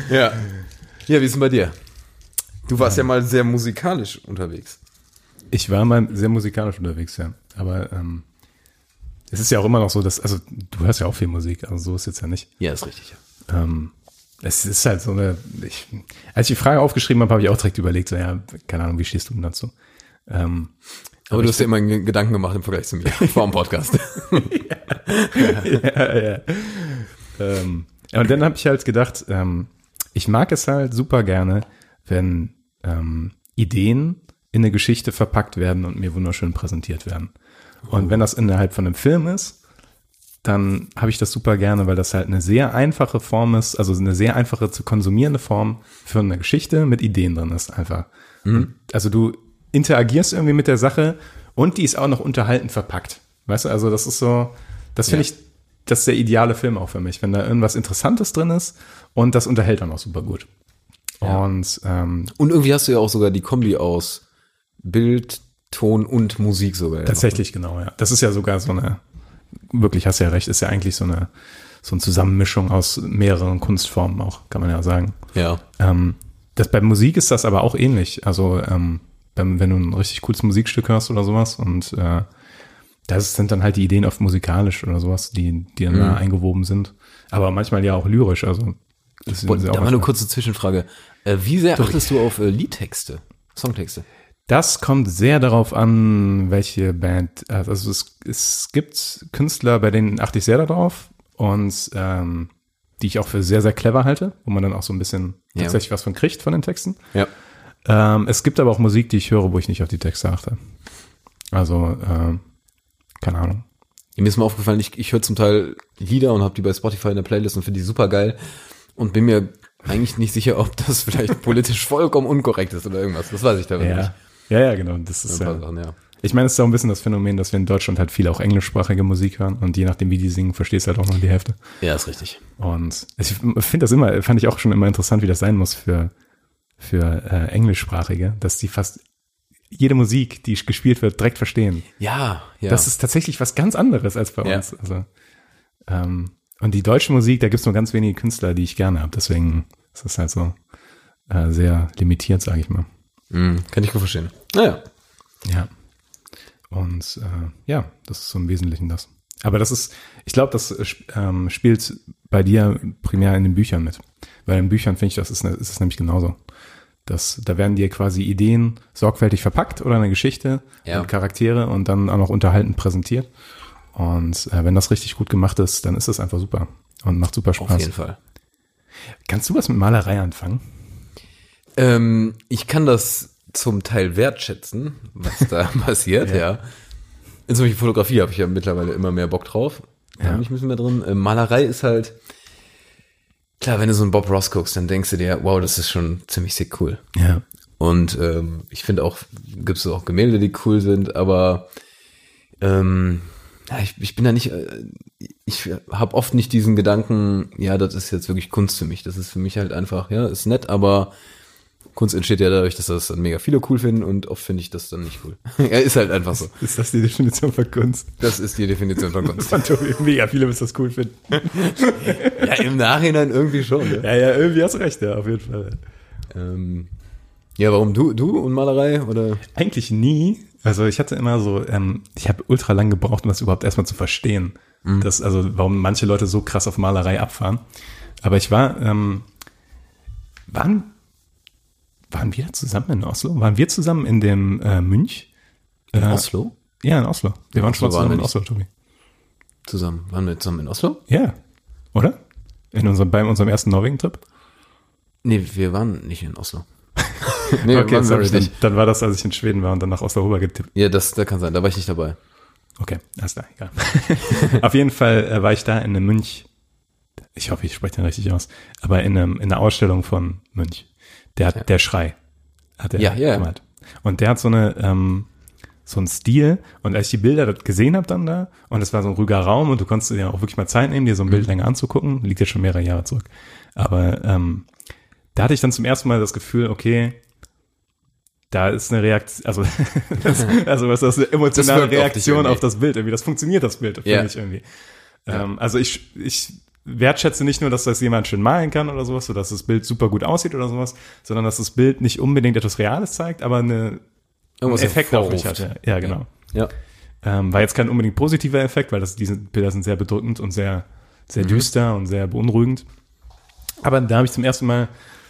Speaker 5: ja. Ja, wie ist denn bei dir? Du warst ja mal sehr musikalisch unterwegs.
Speaker 1: Ich war mal sehr musikalisch unterwegs, ja. Aber ähm, es ist ja auch immer noch so, dass, also du hörst ja auch viel Musik, also so ist jetzt ja nicht.
Speaker 5: Ja, ist richtig.
Speaker 1: Ähm, es ist halt so eine, ich, als ich die Frage aufgeschrieben habe, habe ich auch direkt überlegt, so ja, keine Ahnung, wie stehst du denn dazu? Ähm,
Speaker 5: Aber du hast dir immer einen Gedanken gemacht im Vergleich zu mir vor dem Podcast.
Speaker 1: ja, ja. Ähm, und dann habe ich halt gedacht, ähm, ich mag es halt super gerne, wenn ähm, Ideen in eine Geschichte verpackt werden und mir wunderschön präsentiert werden. Und wenn das innerhalb von einem Film ist, dann habe ich das super gerne, weil das halt eine sehr einfache Form ist, also eine sehr einfache zu konsumierende Form für eine Geschichte mit Ideen drin ist einfach. Und Also du interagierst irgendwie mit der Sache und die ist auch noch unterhaltend verpackt. Weißt du, also das ist so, das finde
Speaker 5: Ja.
Speaker 1: ich, das ist der ideale Film auch für mich, wenn da irgendwas Interessantes drin ist und das unterhält dann auch super gut. Und ähm,
Speaker 5: Und irgendwie hast du ja auch sogar die Kombi aus Bild, Ton und Musik sogar. Ja
Speaker 1: Tatsächlich, genau, ja. Das ist ja sogar so eine, wirklich hast du ja recht, ist ja eigentlich so eine, so eine Zusammenmischung aus mehreren Kunstformen auch, kann man ja sagen.
Speaker 5: noch. Ja.
Speaker 1: Ähm, das, bei Musik ist das aber auch ähnlich. Also, ähm, wenn, wenn du ein richtig cooles Musikstück hörst oder sowas und äh, das sind dann halt die Ideen oft musikalisch oder sowas, die, die dann
Speaker 5: Mhm.
Speaker 1: da eingewoben sind. Aber manchmal ja auch lyrisch, also. Das sind
Speaker 5: Boah,
Speaker 1: sie
Speaker 5: da
Speaker 1: auch
Speaker 5: mal eine
Speaker 1: manchmal-
Speaker 5: kurze Zwischenfrage. Äh, wie sehr achtest du auf äh, Liedtexte, Songtexte?
Speaker 1: Das kommt sehr darauf an, welche Band. Also es, es gibt Künstler, bei denen achte ich sehr darauf und ähm, die ich auch für sehr, sehr clever halte, wo man dann auch so ein bisschen
Speaker 5: Ja.
Speaker 1: tatsächlich was von kriegt von den Texten.
Speaker 5: Ja.
Speaker 1: Ähm, es gibt aber auch Musik, die ich höre, wo ich nicht auf die Texte achte. Also, ähm, keine Ahnung.
Speaker 5: Mir ist mal aufgefallen, ich, ich höre zum Teil Lieder und habe die bei Spotify in der Playlist und finde die super geil und bin mir eigentlich nicht sicher, ob das vielleicht politisch vollkommen unkorrekt ist oder irgendwas. Das weiß ich teilweise nicht.
Speaker 1: ja, ja, genau. Das ist
Speaker 5: So ein paar
Speaker 1: ja.
Speaker 5: Sachen, ja.
Speaker 1: Ich meine, es ist auch ein bisschen das Phänomen, dass wir in Deutschland halt viel auch englischsprachige Musik hören und je nachdem, wie die singen, verstehst du halt auch noch die Hälfte.
Speaker 5: ja, ist richtig.
Speaker 1: Und ich finde das immer, fand ich auch schon immer interessant, wie das sein muss für, für äh, Englischsprachige, dass die fast jede Musik, die gespielt wird, direkt verstehen.
Speaker 5: Ja, ja.
Speaker 1: Das ist tatsächlich was ganz anderes als bei
Speaker 5: Ja.
Speaker 1: uns. Also, ähm, und die deutsche Musik, da gibt es nur ganz wenige Künstler, die ich gerne habe. Deswegen ist das halt so äh, sehr limitiert, sage ich mal.
Speaker 5: Mhm, kann ich gut verstehen. Naja.
Speaker 1: Ja. Und äh, ja, das ist so im Wesentlichen das. Aber das ist, ich glaube, das äh, sp- ähm, spielt bei dir primär in den Büchern mit. Weil in Büchern finde ich, das ist, ne- ist es nämlich genauso. Das, da werden dir quasi Ideen sorgfältig verpackt oder eine Geschichte
Speaker 5: Ja.
Speaker 1: und Charaktere und dann auch noch unterhaltend präsentiert. Und äh, wenn das richtig gut gemacht ist, dann ist das einfach super und macht super
Speaker 5: Auf
Speaker 1: Spaß.
Speaker 5: jeden Fall.
Speaker 1: Kannst du was mit Malerei anfangen?
Speaker 5: Ähm, ich kann das zum Teil wertschätzen, was da passiert, ja. Insbesondere Fotografie habe ich ja mittlerweile immer mehr Bock drauf. Da
Speaker 1: Ja.
Speaker 5: bin ich ein bisschen mehr drin. Äh, Malerei ist halt, klar, wenn du so einen Bob Ross guckst, dann denkst du dir, wow, das ist schon ziemlich sick cool.
Speaker 1: Ja.
Speaker 5: Und ähm, ich finde auch, gibt es auch Gemälde, die cool sind, aber ähm, ja, ich, ich bin da nicht, äh, ich habe oft nicht diesen Gedanken, ja, das ist jetzt wirklich Kunst für mich. Das ist für mich halt einfach, ja, ist nett, aber Kunst entsteht ja dadurch, dass das dann mega viele cool finden und oft finde ich das dann nicht cool. ja, ist halt einfach so.
Speaker 1: Ist das die Definition von Kunst?
Speaker 5: Das ist die Definition von Kunst.
Speaker 1: Man, du, mega viele müssen das cool finden.
Speaker 5: ja, im Nachhinein irgendwie schon. Ja,
Speaker 1: Ja, ja, irgendwie hast du recht, ja, auf jeden Fall.
Speaker 5: ähm, ja warum du, du und Malerei oder?
Speaker 1: Eigentlich nie. Also ich hatte immer so, ähm, ich habe ultra lang gebraucht, um das überhaupt erstmal zu verstehen. Das, also warum manche Leute so krass auf Malerei abfahren. Aber ich war, ähm, wann waren wir da zusammen in Oslo? Waren wir zusammen in dem äh, Münch? Äh,
Speaker 5: Oslo?
Speaker 1: Ja, in Oslo. Wir waren schon mal
Speaker 5: Oslo waren
Speaker 1: zusammen
Speaker 5: wir
Speaker 1: in
Speaker 5: nicht.
Speaker 1: Oslo, Tobi.
Speaker 5: Zusammen. Waren wir zusammen in Oslo?
Speaker 1: Ja, oder? In unserem, bei unserem ersten Norwegen-Trip?
Speaker 5: Nee, wir waren nicht in Oslo. nee, waren wir wirklich
Speaker 1: Dann, dann war das, als ich in Schweden war und dann nach Oslo rüber getippt.
Speaker 5: Ja, das, das kann sein, da war ich nicht dabei.
Speaker 1: Okay, alles klar, egal. Auf jeden Fall äh, war ich da in einem Münch, ich hoffe, ich spreche den richtig aus, aber in, einem, in einer Ausstellung von Münch. Der, hat der Schrei hat er
Speaker 5: Ja, ja, ja.
Speaker 1: gemalt. Und der hat so eine, ähm, so einen Stil. Und als ich die Bilder das gesehen habe dann da, und es war so ein ruhiger Raum und du konntest dir auch wirklich mal Zeit nehmen, dir so ein
Speaker 5: Mhm.
Speaker 1: Bild länger anzugucken, liegt ja schon mehrere Jahre zurück. Aber ähm, da hatte ich dann zum ersten Mal das Gefühl, okay, da ist eine Reaktion, also, das, also was ist das, eine emotionale
Speaker 5: auf dich
Speaker 1: Reaktion
Speaker 5: irgendwie.
Speaker 1: auf das Bild irgendwie. Das funktioniert das Bild für
Speaker 5: Ja.
Speaker 1: mich irgendwie. Ähm, also ich, ich wertschätze nicht nur, dass das jemand schön malen kann oder sowas, oder dass das Bild super gut aussieht oder sowas, sondern dass das Bild nicht unbedingt etwas Reales zeigt, aber eine, einen
Speaker 5: Irgendwas
Speaker 1: Effekt auf mich
Speaker 5: hervorruft.
Speaker 1: hatte. Ja, genau.
Speaker 5: Ja.
Speaker 1: Ähm, war jetzt kein unbedingt positiver Effekt, weil das, diese Bilder sind sehr bedrückend und sehr, sehr
Speaker 5: Mhm.
Speaker 1: düster und sehr beunruhigend. Aber da habe ich zum ersten Mal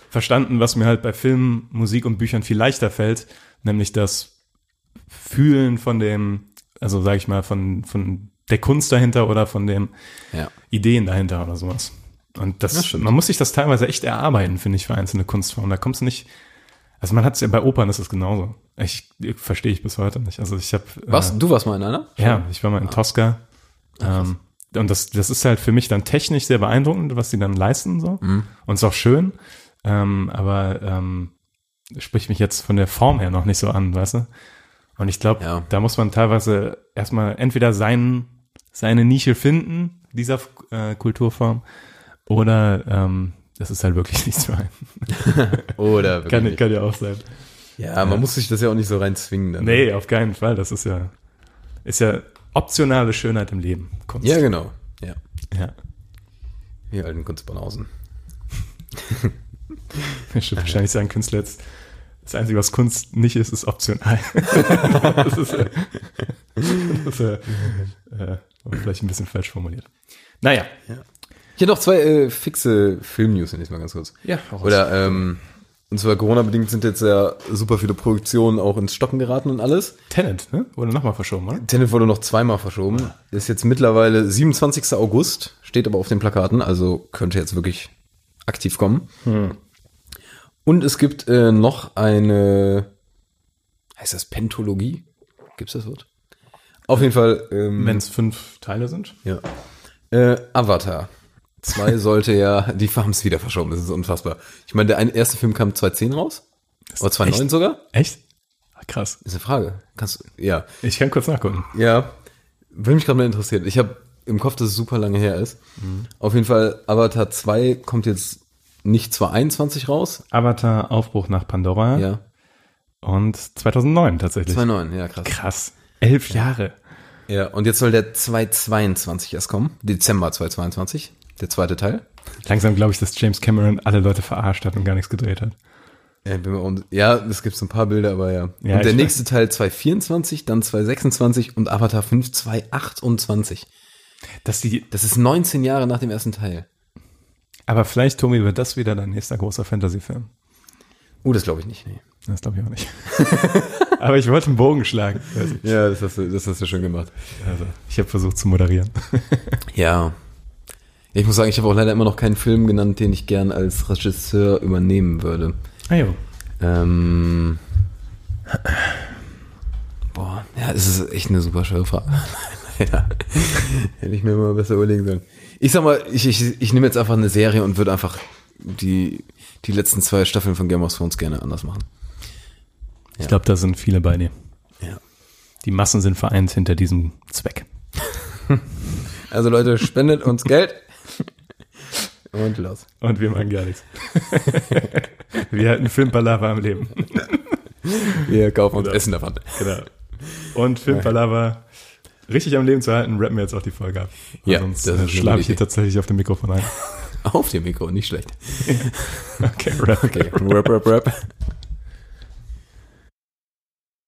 Speaker 1: verstanden, was mir halt bei Filmen, Musik und Büchern viel leichter fällt, nämlich das Fühlen von dem, also sage ich mal, von, von der Kunst dahinter oder von den
Speaker 5: Ja.
Speaker 1: Ideen dahinter oder sowas. Und das,
Speaker 5: stimmt.
Speaker 1: man muss sich das teilweise echt erarbeiten, finde ich, für einzelne Kunstformen. Da kommst du nicht, also man hat es ja bei Opern ist es genauso. Ich, verstehe ich bis heute nicht. Also ich habe
Speaker 5: Was? Du warst mal in einer?
Speaker 1: ja, ich war mal
Speaker 5: Ah.
Speaker 1: in Tosca. Ähm, und das, das ist halt für mich dann technisch sehr beeindruckend, was sie dann leisten so.
Speaker 5: Mhm.
Speaker 1: Und ist auch schön. Ähm, aber ähm, spricht mich jetzt von der Form her noch nicht so an, weißt du? Und ich glaube,
Speaker 5: Ja.
Speaker 1: da muss man teilweise erstmal entweder seinen, seine Nische finden, dieser äh, Kulturform, oder ähm, das ist halt wirklich nichts für einen.
Speaker 5: Oder wirklich
Speaker 1: Kann,
Speaker 5: nicht.
Speaker 1: kann ja auch sein.
Speaker 5: Ja, man muss sich das ja auch nicht so reinzwingen dann. ne?
Speaker 1: Nee, auf keinen Fall. Das ist ja, ist ja optionale Schönheit im Leben. Kunst.
Speaker 5: Ja, genau. Ja.
Speaker 1: ja.
Speaker 5: Wir alten Kunstbanausen.
Speaker 1: Ich würde wahrscheinlich sagen, Künstler jetzt, das Einzige, was Kunst nicht ist, ist optional. das ist, äh, das ist äh, äh, vielleicht ein bisschen falsch formuliert. Naja,
Speaker 5: Hier noch zwei äh, fixe Film-News, nenne ich mal ganz kurz.
Speaker 1: Ja, hau raus.
Speaker 5: Oder, ähm, und zwar Corona-bedingt sind jetzt ja super viele Produktionen auch ins Stocken geraten und alles.
Speaker 1: Tenet, ne? Wurde nochmal verschoben, oder?
Speaker 5: Tenet wurde noch zweimal verschoben. Ist jetzt mittlerweile 27. August, steht aber auf den Plakaten, also könnte jetzt wirklich aktiv kommen. Und es gibt äh, noch eine, heißt das Pentologie? Gibt's das Wort? Auf jeden Fall. Ähm,
Speaker 1: Wenn es fünf Teile sind.
Speaker 5: Ja. Äh, Avatar. 2 sollte ja, die haben es wieder verschoben, das ist unfassbar. Ich meine, der ein, erste Film kam 2010 raus. Oder 2009
Speaker 1: echt?
Speaker 5: Oh, sogar?
Speaker 1: Echt? Ah, Krass.
Speaker 5: Ist eine Frage. Kannst du, ja.
Speaker 1: Ich kann kurz nachgucken.
Speaker 5: Ja, würde mich gerade mal interessieren. Ich habe im Kopf, dass es super lange her ist. Auf jeden Fall, Avatar 2 kommt jetzt nicht 2021 raus.
Speaker 1: Avatar, Aufbruch nach Pandora
Speaker 5: Ja,
Speaker 1: und 2009 tatsächlich.
Speaker 5: 2009, ja, krass.
Speaker 1: Krass. Elf Jahre.
Speaker 5: Ja, und jetzt soll der 2022 erst kommen. Dezember 2022, der zweite Teil.
Speaker 1: Langsam glaube ich, dass James Cameron alle Leute verarscht hat und gar nichts gedreht hat.
Speaker 5: Ja, Äh, bin mir un- ja, es gibt so ein paar Bilder, aber ja.
Speaker 1: Ja,
Speaker 5: und der
Speaker 1: ich
Speaker 5: nächste Teil 224, dann 226 und Avatar 5 228.
Speaker 1: Dass die,
Speaker 5: Das ist 19 Jahre nach dem ersten Teil.
Speaker 1: aber vielleicht, Tommy, wird das wieder dein nächster großer Fantasy-Film.
Speaker 5: Oh, das glaube ich nicht, nee.
Speaker 1: Das glaube ich auch nicht. Aber ich wollte einen Bogen schlagen. Also,
Speaker 5: Ja, das hast du, das hast du schon gemacht.
Speaker 1: also, ich habe versucht zu moderieren.
Speaker 5: Ja. Ich muss sagen, ich habe auch leider immer noch keinen Film genannt, den ich gern als Regisseur übernehmen würde.
Speaker 1: Ah, jo.
Speaker 5: Ähm. Boah, ja, es ist echt eine super schwere Frage. Leider. Hätte ich mir mal besser überlegen sollen. Ich sag mal, ich, ich, ich nehme jetzt einfach eine Serie und würde einfach die, die letzten zwei Staffeln von Game of Thrones gerne anders machen.
Speaker 1: Ich glaube, da sind viele bei dir.
Speaker 5: Ja.
Speaker 1: Die Massen sind vereint hinter diesem Zweck.
Speaker 5: Also Leute, spendet uns Geld. Und los.
Speaker 1: Und wir machen gar nichts. wir halten Filmpalava am Leben.
Speaker 5: Wir kaufen uns
Speaker 1: Genau.
Speaker 5: Essen davon.
Speaker 1: Genau. Und Filmpalava richtig am Leben zu halten, rappen wir jetzt auch die Folge ab. Weil
Speaker 5: Ja,
Speaker 1: sonst
Speaker 5: das
Speaker 1: äh,
Speaker 5: ist eine
Speaker 1: schlage
Speaker 5: gute
Speaker 1: ich hier
Speaker 5: Idee.
Speaker 1: tatsächlich auf dem Mikrofon ein.
Speaker 5: Auf dem Mikro, nicht schlecht.
Speaker 1: Okay, rap.
Speaker 5: Okay, rap, rap, rap.